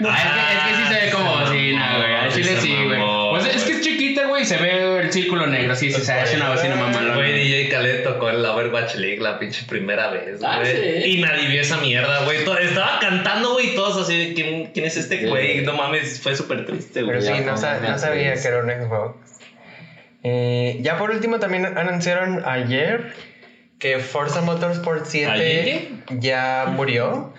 S5: Ah, es, que, es que sí se ve como
S4: se
S5: bocina,
S4: mamó,
S5: güey. Al
S4: sí
S5: chile
S4: se
S5: sí, güey.
S4: mamó,
S5: O sea, es que es chiquita, güey. y se ve el círculo negro. Sí, sí, se ha hecho una vecina mamalona.
S4: Güey, DJ Khaled tocó en la Overwatch League la pinche primera vez,
S3: Ah,
S4: güey.
S3: sí.
S4: Y nadie vio esa mierda, güey. To- Estaba cantando, güey, y todos así de quién, quién es este
S3: Sí.
S4: güey. No mames, fue súper triste, güey. Ah,
S2: Pero sí,
S3: Ya,
S2: no,
S3: no
S2: sa-
S3: mames.
S2: no sabía que era un Xbox. Eh, ya por último también anunciaron ayer que Forza Motorsport 7
S4: ¿Ayer?
S2: ya murió.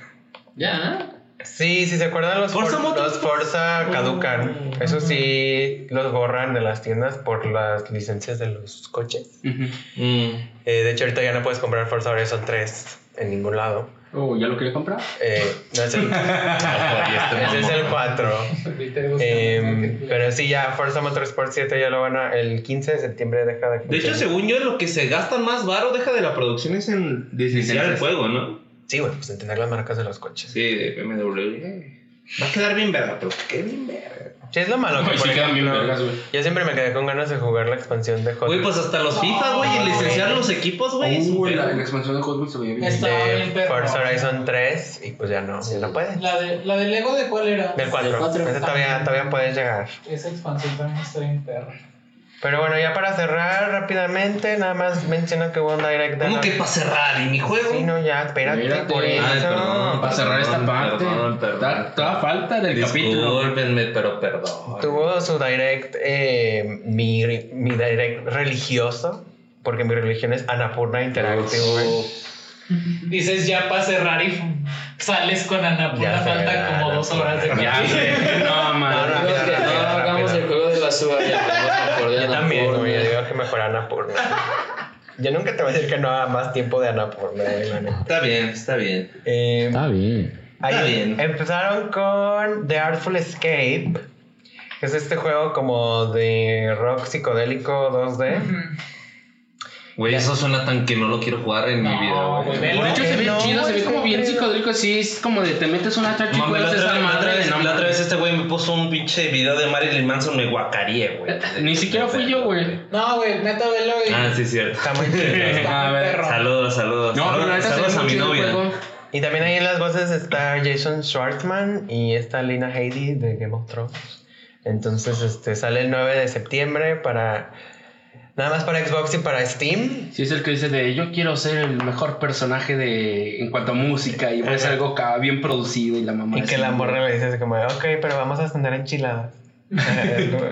S3: Ya.
S2: Sí, si se acuerdan los
S4: Forza
S2: For-
S4: Motorsport.
S2: los Forza caducan. Eso sí, los borran de las tiendas por las licencias de los coches.
S5: Ujú.
S4: Mm.
S2: Eh, de hecho, ahorita ya no puedes comprar Forza Horizon 3 en ningún lado.
S5: Oh, ¿ya lo quería comprar?
S2: Eh, no es el,
S4: este
S2: ese es el 4. Em, pero sí, ya Forza Motorsport 7 ya lo van a. El 15 de septiembre deja de.
S4: De hecho,
S2: funcionar.
S4: según yo, lo que se gasta más varo deja de la producción es en licenciar el juego, ¿no?
S2: Sí, bueno, pues entender las marcas de los coches.
S4: Sí, de BMW. Va a quedar bien verga, pero qué bien verga.
S2: Sí, es lo malo que
S5: Ay,
S2: por
S5: sí quedan bien
S2: ejemplo,
S5: vergas, güey.
S2: Yo siempre me quedé con ganas de jugar la expansión de Hot
S4: Güey, pues hasta los FIFA, güey, y licenciar los equipos, güey. es un
S5: Uh, la,
S4: pedo.
S5: la expansión de Hot Wheels se veía bien.
S7: Está bien,
S2: de
S7: perro.
S2: Forza Horizon 3 y pues ya no, ya no puedes.
S7: La, de, la del Lego de cuál era?
S2: Del
S3: Del
S2: 4.
S3: cuatro.
S2: Ese todavía, todavía puedes llegar.
S7: Esa expansión también está bien perra.
S2: Pero bueno, ya para cerrar rápidamente, nada más menciono que hubo un direct de.
S4: ¿Cómo
S2: la-
S4: que para cerrar? ¿Y mi juego?
S2: Sí, no, ya, espérate,
S5: Espérate.
S2: por
S5: Ay,
S2: eso.
S4: perdón.
S5: Para cerrar esta
S4: Perdón,
S5: parte,
S4: perdón, perdón.
S5: da- toda falta del capítulo.
S4: Discúlpenme, pero perdón.
S2: Tuvo su direct, eh, mi, mi direct religioso, porque mi religión es Anapurna Interactive. güey.
S7: Dices ya para cerrar y sales con
S2: Ya
S7: Anapurna. Faltan
S2: cerrar,
S7: como dos horas de
S2: Anapurna.
S5: Ya, güey. No, man.
S2: Rápido,
S3: Creo que
S2: rápido,
S3: no hagamos
S2: rápido.
S3: el juego de la suba. Ya, no, por
S2: Yo
S3: ya no,
S2: también,
S3: por-
S2: güey, yo digo que mejor Anapurna. Yo nunca te voy a decir que no haga más tiempo de Anapurna, güey, la neta.
S4: Está bien, está bien.
S2: Eh,
S3: Está bien.
S2: ahí
S4: está bien.
S5: Eh,
S2: Empezaron con The Artful Escape. que Es este juego como de rock psicodélico 2D.
S4: Güey, eso suena tan que no lo quiero jugar en mi vida, güey.
S5: De hecho, se ve
S2: No,
S5: chido, se ve
S2: es
S5: como
S2: como
S5: bien
S2: que-
S5: psicodélico. Sí, es como de te metes una tracha y
S4: Mami, la
S5: cuelgas
S4: otra,
S5: esa
S4: la otra
S5: madre de
S4: vez,
S5: nombre.
S4: la otra vez este güey me puso un pinche video de Marilyn Manson, me guacaría, güey.
S5: Ni siquiera fui yo, güey.
S7: No, güey, neta, velo y.
S4: Ah, sí, es cierto.
S2: Está muy chido.
S7: está
S5: a
S7: muy
S5: ver.
S7: perro.
S4: Saludos, saludos.
S5: No, pero la
S4: saludos,
S5: neta se ve
S4: saludos a
S5: muy
S4: mi
S5: chido el
S4: novia.
S5: juego.
S2: Y también ahí en las voces está Jason Schwartzman y está Lina Headey de Game of Thrones. Entonces, este sale el 9 de septiembre para nada más para Xbox y para Steam.
S5: Sí, es el que dice de yo quiero ser el mejor personaje de en cuanto a música y voy a hacer algo acá bien producido y la mamá.
S2: Y que
S5: así,
S2: la
S5: güey.
S2: morra le dice así como, de, ok, pero vamos a cenar enchiladas. es como-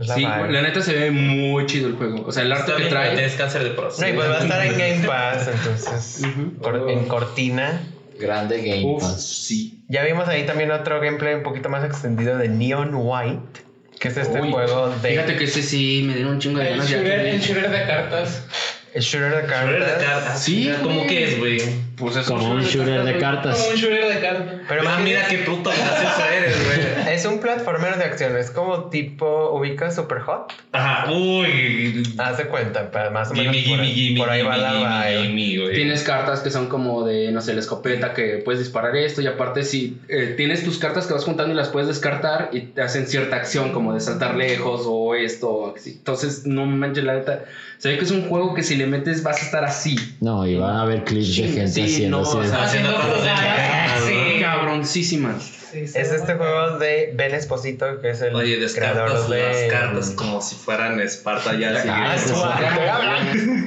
S2: es la
S5: Sí,
S2: vibe.
S5: güey, la neta se ve muy chido el juego. O sea, el arte
S4: Está
S5: que
S4: bien, pero
S5: trae.
S4: Tienes cáncer de próstata.
S2: No, y pues va a estar en Game Pass, entonces
S5: Ujú.
S2: cor- en cortina.
S3: Grande Game
S5: Uf,
S3: Pass.
S5: sí.
S2: Ya vimos ahí también otro gameplay un poquito más extendido de Neon White, que es este
S5: Uy,
S2: juego de
S5: Fíjate que ese sí me dieron un chingo de
S7: El
S5: ganas. ya
S7: shooter,
S5: que-
S7: el shooter de cartas.
S2: shooter de
S4: Shooter de
S2: cartas.
S4: cartas.
S5: Sí,
S4: Mira, ¿Cómo
S5: güey.
S4: que es, güey?
S5: Pues es
S3: Como un shooter de
S2: Pues
S3: cartas.
S7: Como un shooter de cartas.
S2: Pero
S4: ah,
S2: más
S4: mira qué puto gracioso eres, güey.
S2: Es un platformer de acción, es como tipo, ubica Super Hot.
S4: Ajá, uy.
S2: Hace cuenta, pa- más o menos.
S4: Gimme,
S2: por,
S4: gimme,
S2: ahí-
S4: gimme.
S2: por ahí va
S4: gimme,
S2: la eh.
S4: gimme,
S2: vibe.
S4: gimme, güey.
S5: Tienes cartas que son como de, no sé, la escopeta que puedes disparar esto y aparte si eh, tienes tus cartas que vas juntando y las puedes descartar y te hacen cierta acción como de saltar lejos o esto. o así. Entonces, no manches la neta. Se ve que es un juego que si le metes vas a estar así.
S3: No, y van a haber clips de
S5: Sí,
S3: gente
S5: sí,
S3: haciendo
S5: no,
S3: así.
S5: o sea,
S4: Haciendo
S7: Haciendo
S4: cosas de
S5: Ah,
S7: cosas.
S4: mierda,
S7: Sí.
S5: Cabroncísima.
S7: Sí,
S2: Es
S7: sí,
S2: este
S7: bueno.
S2: juego de Ben Esposito, que es el
S4: Oye,
S2: creador
S4: descartas
S2: de.
S4: las cartas como si fueran Esparta ya. así.
S3: Ah,
S2: es
S3: eso es
S2: guay.
S3: otra.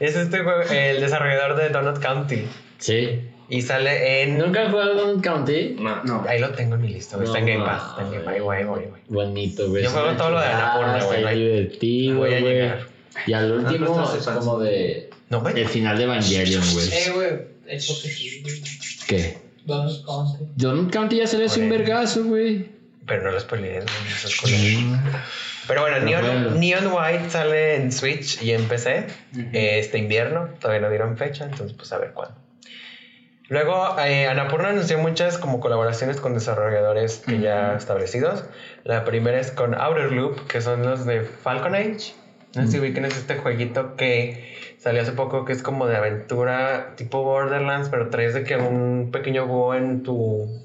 S2: Es este juego, el desarrollador de Donut County.
S3: Sí.
S2: Y sale en.
S3: ¿Nunca he jugado un County?
S4: No.
S5: No.
S2: Ahí lo tengo en mi lista, güey, está en
S3: No,
S2: Game Pass. Está en Game Pass, ahí voy, ahí voy, ahí voy.
S3: Bonito, güey.
S2: Yo
S3: Es
S2: juego
S3: una
S2: todo lo de
S3: chulada,
S2: Annapurna, güey.
S3: Está divertido,
S2: Voy a
S3: güey.
S2: llegar.
S3: Y al último
S4: no estás
S3: es
S4: pensando.
S3: como de...
S2: No, güey.
S3: El final de Evangelion, güey.
S7: Eh, güey. El porque sí.
S3: ¿Qué?
S7: Donald Conte.
S3: Donut County ya se le hace un
S2: Güey.
S3: vergazo, güey.
S2: Pero no los spoilees, güey, esas cosas. Pero bueno,
S3: No,
S2: Neon,
S3: bueno.
S2: Neon White sale en Switch y en PC eh, este invierno. Todavía no dieron fecha, entonces pues a ver cuándo. Luego, eh, Anapurna anunció muchas como colaboraciones con desarrolladores que ya establecidos. La primera es con Outer Loop, que son los de Falcon Age. No sé si ubiquen es este jueguito que salió hace poco, que es como de aventura tipo Borderlands, pero traes de que un pequeño búho en tu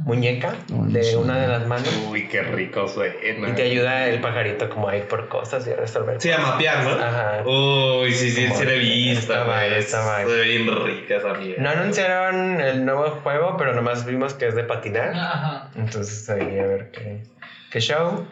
S2: muñeca
S3: Oh, no
S2: de
S3: sé.
S2: una de las manos.
S4: Uy, qué rico
S2: Y
S4: suena.
S2: te ayuda el pajarito como a ir por cosas y a resolver.
S4: Se llama Piar, ¿no?
S2: Ajá.
S4: Uy, sí, sí,
S2: Como
S4: sí, la he visto.
S2: esta
S4: güey.
S2: vibe, esta
S4: Se
S2: vibe.
S4: ve bien rica esa mierda.
S2: No anunciaron el nuevo juego, pero
S7: Ah.
S2: nomás vimos que es de patinar.
S7: Ajá.
S2: Entonces ahí a ver qué, qué show.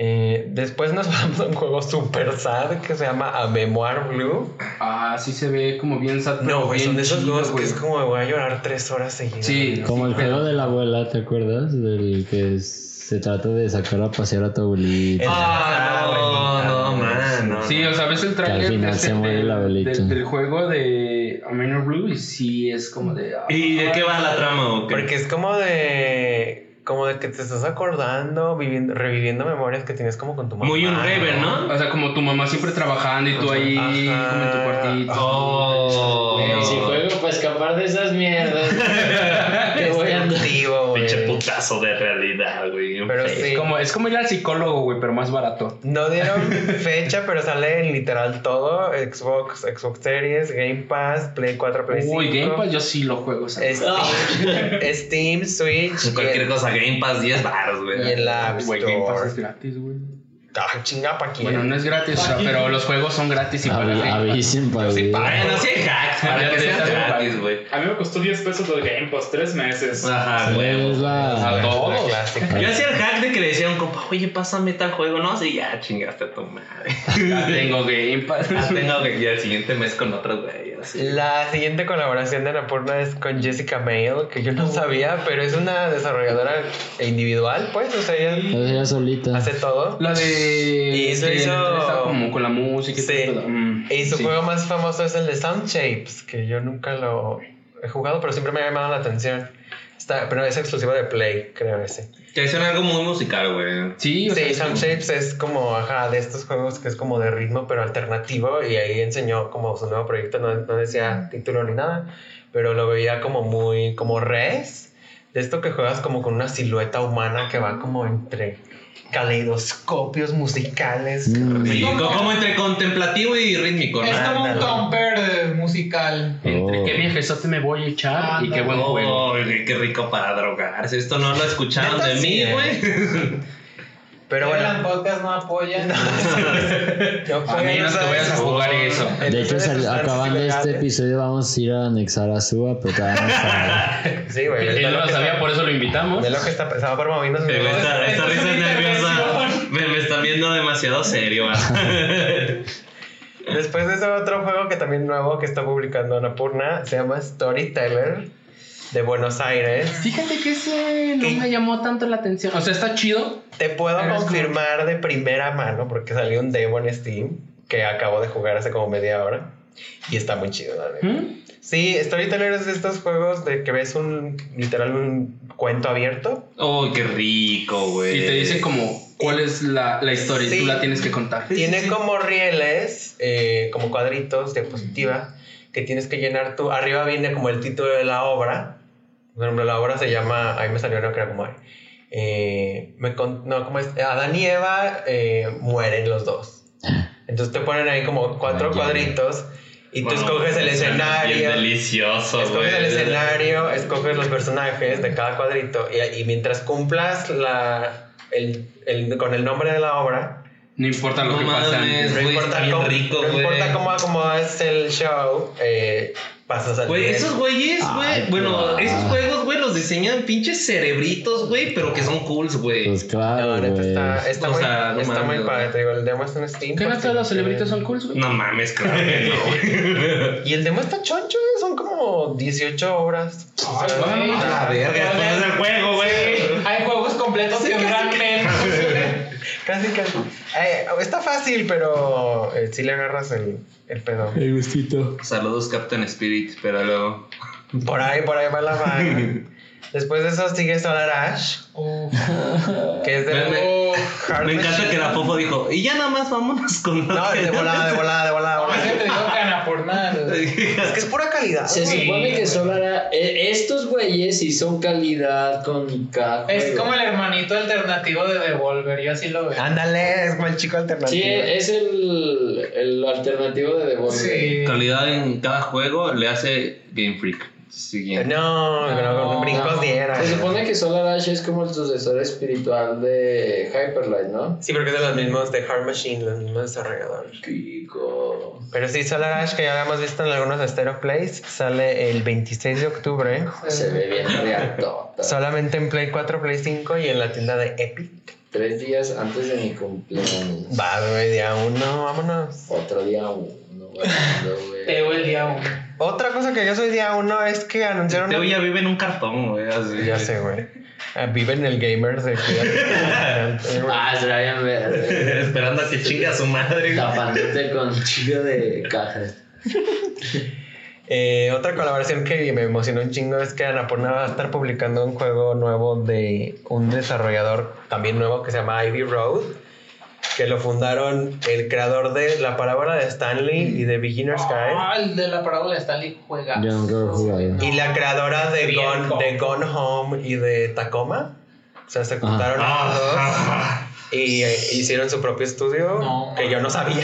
S2: Eh, después nos vamos a un juego super sad que se llama A Memoir Blue.
S5: Ah, sí se ve como bien saturado.
S2: No, güey,
S5: bien
S2: son de esos
S5: chido,
S2: juegos que
S5: güey.
S2: es como voy a llorar tres horas seguidas.
S5: Sí,
S2: güey.
S5: sí,
S8: Como el
S5: pero-
S8: juego de la abuela, ¿te acuerdas? Del que es- se trata de sacar a pasear a tu abuelita.
S4: Ah, no, no, man, no.
S5: Sí, o sea, ves el
S8: al
S5: trailer
S8: final
S5: de este-
S8: se muere el
S5: del,
S8: abuelito.
S5: del- del juego de A Minor Blue y sí es como de... ah,
S4: ¿Y de qué va la trama o qué?
S2: Porque es como de. Como de que te estás acordando, viviendo, reviviendo memorias que tienes como con tu mamá.
S4: Muy un rever, ¿no?
S5: O sea, como tu mamá siempre trabajando y tú ahí
S2: Ajá.
S5: como en tu cuartito.
S4: Oh.
S3: Si juego para escapar de esas mierdas,
S2: Este
S3: te voy a andar.
S2: Activo, güey.
S4: Pinche putazo de realidad, güey.
S2: Pero
S4: Feo.
S2: sí.
S5: Es como, es como ir al psicólogo, güey, pero más barato.
S2: No dieron fecha, pero sale en literal todo: Xbox, Xbox Series, Game Pass, Play 4, Play 5.
S5: Uy, Game Pass yo sí lo juego. o sea,
S2: Steam, Steam, Switch. y
S4: Cualquier
S2: en-
S4: cosa, Game Pass 10 baros, güey.
S2: Y en la App
S5: Güey, Game Pass es
S2: Store.
S5: gratis, güey.
S2: Ah, chinga, pa' quién.
S5: Bueno, no es gratis, o sea, pero los juegos son gratis y para
S8: Avi- avisen para
S5: sí
S8: ver.
S4: Bueno, sí hay hacks, para
S5: Ya
S4: que
S5: te
S4: sea
S5: sale
S4: gratis, güey.
S9: A mí me costó 10 pesos el Game Pass, 3 meses.
S5: Ah,
S4: Ajá, güey.
S8: Es la-
S2: A
S4: todos.
S2: clásica.
S4: Yo hacía el hack de que le decía a un compa, oye, pásame tal juego. No, sí, ya chingaste a tu madre.
S5: Ya tengo Game Pass.
S4: Ya Ah, tengo que ir al siguiente mes con otros güey. así.
S2: La siguiente colaboración de Anapurna es con Jessica Mail, que yo no sabía, pero es una desarrolladora individual, pues, o sea, ella
S8: Es ella solita.
S2: hace todo.
S5: La de...
S2: Y eso
S5: de-
S2: hizo-
S5: de- está como con la música y
S2: Sí.
S5: todo. Mm,
S2: Y su
S5: sí.
S2: juego más famoso es el de Sound Shapes, que yo nunca lo he jugado, pero siempre me ha llamado la atención. Está, pero es exclusivo de Play, creo ese.
S4: Que hacen algo muy musical, güey.
S5: Sí, o sea,
S2: Sí,
S5: es
S2: Sound Shapes es como, ajá, de estos juegos que es como de ritmo, pero alternativo. Y ahí enseñó como su nuevo proyecto, no, no decía título ni nada, pero lo veía como muy, como res. De esto que juegas como con una silueta humana que va como entre caleidoscopios musicales.
S8: Mm.
S4: Sí,
S7: ¿Cómo?
S4: co- como entre contemplativo y rítmico,
S7: Es
S4: ¿no?
S7: como un
S2: Ándale.
S7: tomper eh, musical.
S5: Entre
S8: Oh.
S5: qué viejezote me voy a echar
S7: Ah,
S5: y qué
S7: no.
S5: buen juego.
S4: Oh, güey, qué rico para drogarse. Esto no lo escucharon
S2: Neta,
S4: de
S2: sí,
S4: mí,
S2: eh.
S4: güey.
S2: Pero
S7: El
S2: bueno,
S7: podcast no apoya.
S2: yo
S5: A menos que vayas a jugar
S8: Oh.
S5: eso.
S8: De hecho,
S2: Entonces,
S8: sal-
S2: esas
S8: acabando
S2: ilegales.
S8: este episodio, vamos a ir a anexar a Suba, pero todavía no está.
S2: Sí, güey.
S5: Él
S2: ve
S5: no
S2: lo
S5: lo
S2: que
S5: sabía,
S2: Oh, está-
S5: por eso lo invitamos.
S2: Ve lo que está, se va promoviendo. su
S4: Eh, güey,
S2: negocio.
S4: Esta, esta
S7: es
S4: risa es
S7: una
S4: nerviosa.
S7: intervención.
S4: Me, me están viendo demasiado serio. va.
S2: Después de ese otro juego que también nuevo que está publicando Anapurna, se llama Storyteller de Buenos Aires.
S5: Fíjate que ese no
S2: ¿Qué?
S5: me llamó tanto la atención. O sea, está chido.
S2: Te puedo
S5: Pero Ah, es
S2: confirmar de primera mano porque salió un demo en Steam que acabo de jugar hace como media hora y está muy chido. la neta.
S5: ¿Mm?
S2: Sí, Storyteller es de estos juegos de que ves un literal un cuento abierto
S4: Oh, qué rico,
S5: Y
S4: güey.
S5: te dicen como cuál es la, la historia y
S2: Pues, Sí.
S5: tú la tienes que contar.
S2: Tiene como rieles, eh, como cuadritos, diapositiva, que tienes que llenar tú. Arriba viene como el título de la obra. Por ejemplo, la obra se llama, ahí me salió una que era como, eh, me con- no, ¿cómo es? Adán y Eva eh, mueren los dos. Entonces te ponen ahí como cuatro
S8: Ah, ya.
S2: cuadritos y tú
S4: Wow,
S2: escoges el
S4: suena
S2: escenario.
S4: Bien delicioso, güey.
S2: Escoges el escenario, escoges los personajes de cada cuadrito y, y mientras cumplas la, el- el- con el nombre de la obra,
S5: No importa lo
S4: No
S5: que pase
S4: mames,
S5: antes.
S2: no
S4: Güey, está
S2: importa,
S4: bien
S2: cómo,
S4: rico,
S2: no
S4: güey.
S2: importa cómo acomodas el show, eh, pasas al
S4: Güey,
S2: nivel.
S4: esos güeyes,
S8: Ay,
S4: güey. Bueno,
S8: claro.
S4: esos juegos, güey, los diseñan pinches cerebritos, güey, pero que son cools, güey.
S8: Pues
S2: No,
S8: claro,
S2: neta,
S8: güey.
S2: está, está
S4: O
S2: muy,
S4: sea, no
S2: está
S4: mames,
S2: muy
S4: güey.
S2: padre. Te digo, el demo es en Steam.
S5: ¿Qué no
S2: porque
S5: todos los
S2: tienen-
S5: celebritos son cool, güey?
S4: No mames, claro que no, güey.
S2: Y el demo está choncho, eh, son como 18 horas. O sea,
S7: güey.
S2: a la verga. pues.
S4: Porque después del juego, güey.
S7: Hay juegos completos que duran menos.
S2: Casi, casi. Eh, está fácil, pero eh, sí le agarras el, el pedo.
S8: El gustito.
S4: Saludos, Captain Spirit, pero luego.
S2: Por ahí, por ahí va la vaina. Después de eso sigue Solar Ash,
S7: Uf.
S2: que es de...
S4: Me- me-
S2: Hard
S4: Me encanta
S2: Machine.
S4: que la Popo dijo, y ya nada más vámonos con lo
S2: No,
S4: que-
S2: de volada, de volada, de volada. de
S7: Ahora
S2: volada.
S7: se te digo que Ana por nada.
S2: Es que es pura calidad.
S8: Se
S2: güey.
S8: supone que solo hará. e- Estos güeyes sí son calidad con cada
S7: Es
S8: juego.
S7: como el hermanito alternativo de Devolver, yo así lo veo.
S2: Ándale, es como el chico alternativo.
S8: Sí, eh, es el, el alternativo de Devolver.
S2: eh,
S7: Sí.
S4: Calidad en cada juego le hace Game Freak. Siguiente.
S2: No, no, con
S7: No,
S2: brincos
S8: No,
S2: diera.
S8: Se supone que Solar Ash es como el sucesor espiritual de Hyperlight, ¿no?
S2: Sí, porque es de los mismos de Hard Machine, los mismos desarrolladores.
S8: Kiko.
S2: Pero sí, Solar Ash, que ya habíamos visto en algunos Stereo Plays, sale el 26 de octubre.
S8: Se ve bien reactota.
S2: Solamente en Play 4, Play 5 y en la tienda de Epic.
S3: tres días antes de mi cumpleaños.
S2: Va, güey, día uno, vámonos.
S3: Otro día uno, güey. dos, güey.
S7: Teo el día uno.
S2: Otra cosa que yo soy día uno es que anunciaron.
S4: Teo Este ya vive en un cartón, güey. Así.
S2: Ya sé, güey. Ah, Vive en el gamer de
S3: Ah, será bien ver.
S4: Esperando a que chingue a su madre. güey.
S3: Tapándote con un chico de cajas.
S2: Eh, otra colaboración que me emocionó un chingo es que Anapurna va a estar publicando un juego nuevo de un desarrollador también nuevo que se llama Ivy Road, que lo fundaron el creador de La Parábola de Stanley y de Beginner's Guide,
S7: Ah, el de la parábola de Stanley juega.
S8: Yo nunca lo he jugado.
S2: y la creadora de
S7: Bien,
S2: Gone,
S7: ¿cómo?
S2: de Gone Home y de Tacoma. O sea, se juntaron
S4: Ah,
S2: los dos.
S4: ah,
S2: y eh, hicieron su propio estudio
S7: No,
S2: que yo no sabía.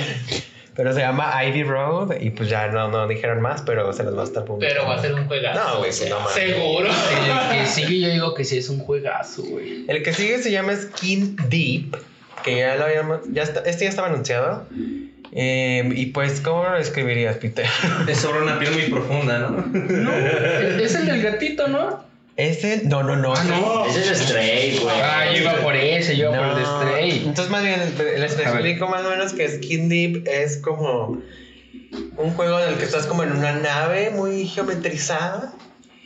S2: Pero se llama Ivy Road y pues ya no, no dijeron más, pero se los va a estar publicando.
S7: Pero va a ser un juegazo.
S2: No, güey, pues no mames.
S7: Seguro.
S5: El que sigue yo digo que sí es un juegazo, güey.
S2: El que sigue se llama Skin Deep, que ya lo habíamos... Ya está- este ya estaba anunciado. Eh, y pues, ¿cómo lo escribirías, Peter?
S4: ah. Es sobre una piel muy profunda, ¿no?
S5: No, es el del gatito, ¿no?
S2: Ese... No, no, no.
S7: Ah,
S4: No.
S3: Ese es Stray, güey.
S5: Ah, yo iba por ese, yo iba por el de
S2: No.
S5: Stray.
S2: Entonces, más bien, les
S5: A ver.
S2: explico más o menos que Skin Deep es como un juego en el que estás como en una nave muy geometrizada.